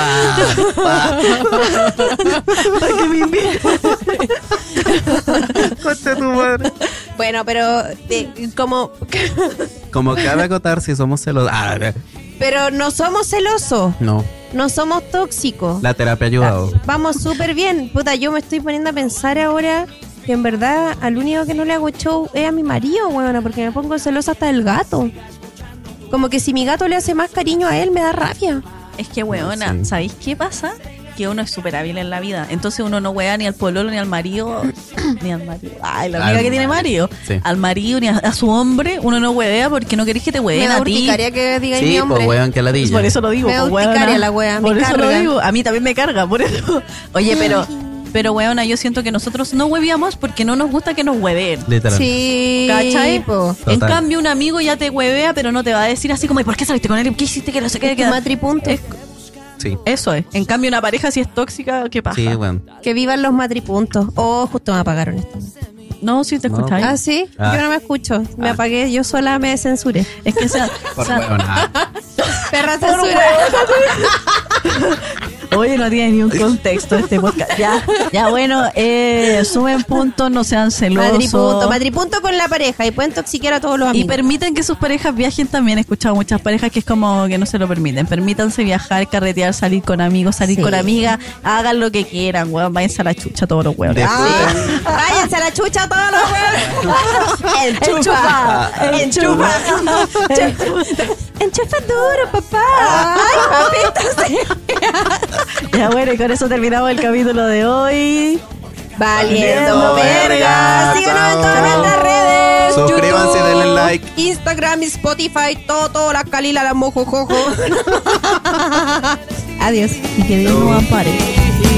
S4: pa.
S6: Para que me invite.
S3: Bueno, pero de- como
S4: Como cabe acotar si somos celos. Ah,
S3: pero no somos celosos,
S4: no,
S3: no somos tóxicos.
S4: la terapia ha ayudado.
S3: Vamos súper bien. Puta, yo me estoy poniendo a pensar ahora que en verdad al único que no le hago show es a mi marido, weón, porque me pongo celosa hasta el gato. Como que si mi gato le hace más cariño a él, me da rabia.
S6: Es que, weona,
S4: Ah, Sí.
S6: ¿sabéis qué pasa? Que uno es súper hábil en la vida. Entonces uno no wea ni al pololo, ni al marido, ni al marido. Ay, la amiga
S4: Al
S6: que tiene
S4: marido.
S6: marido.
S4: Sí.
S6: Al marido, ni a, a su hombre, uno no huevea porque no querés que te
S3: me
S6: hueen
S3: da
S6: a ti.
S3: urticaria que diga mi
S4: Sí,
S3: hombre.
S4: pues weón, que la
S6: Pues Por eso lo digo,
S3: Me da
S6: po, weona.
S3: urticaria la wea, me
S6: Por eso lo
S3: carga.
S6: digo. A mí también me carga, por eso. Oye, pero, pero weona, yo siento que nosotros no hueveamos porque no nos gusta que nos hueveen.
S4: Literal.
S3: Sí,
S6: ¿Cachai?
S3: po.
S6: En
S4: Total.
S6: cambio, un amigo ya te huevea, pero no te va a decir así como, ¿y por qué saliste con él? ¿Qué hiciste? Que no sé qué. que-
S3: Matripunto.
S4: Sí,
S6: Eso es. En cambio, una pareja si es tóxica, ¿qué pasa?
S4: sí, weón.
S3: Que vivan los matripuntos. Oh, justo me apagaron esto.
S6: No, si te
S4: No,
S6: escucháis.
S3: Ah, sí,
S4: Ah.
S3: yo no me escucho. Me apagué, yo sola me censuré.
S6: Es que sea.
S4: Por
S6: sea-
S4: weón.
S3: Perra censura.
S6: Oye, no tiene ni un contexto este podcast. Ya, ya bueno, eh, suben puntos, no sean
S3: Matripunto,
S6: celosos.
S3: matripunto con la pareja y pueden intoxicar a todos los
S6: Y
S3: amigos.
S6: permiten que sus parejas viajen también. He escuchado muchas parejas que es como que no se lo permiten. Permítanse viajar, carretear, salir con amigos, salir
S3: Sí.
S6: con amigas. Hagan lo que quieran, weón. Váyanse a la chucha todos los weones.
S3: Ah, váyanse a la chucha todos los huevos. Enchufa, enchufa. Enchufa duro, papá. Ay, papito.
S6: Ya bueno, y con eso terminamos el capítulo de hoy.
S3: Valiendo verga.
S4: verga.
S3: Síganos en todas
S4: Chao.
S3: nuestras redes.
S4: Suscríbanse,
S3: YouTube,
S4: denle like.
S3: Instagram, Spotify, todo, todo, la calila, la mojojojo. Adiós.
S6: Y que Dios no ampare.
S2: Yo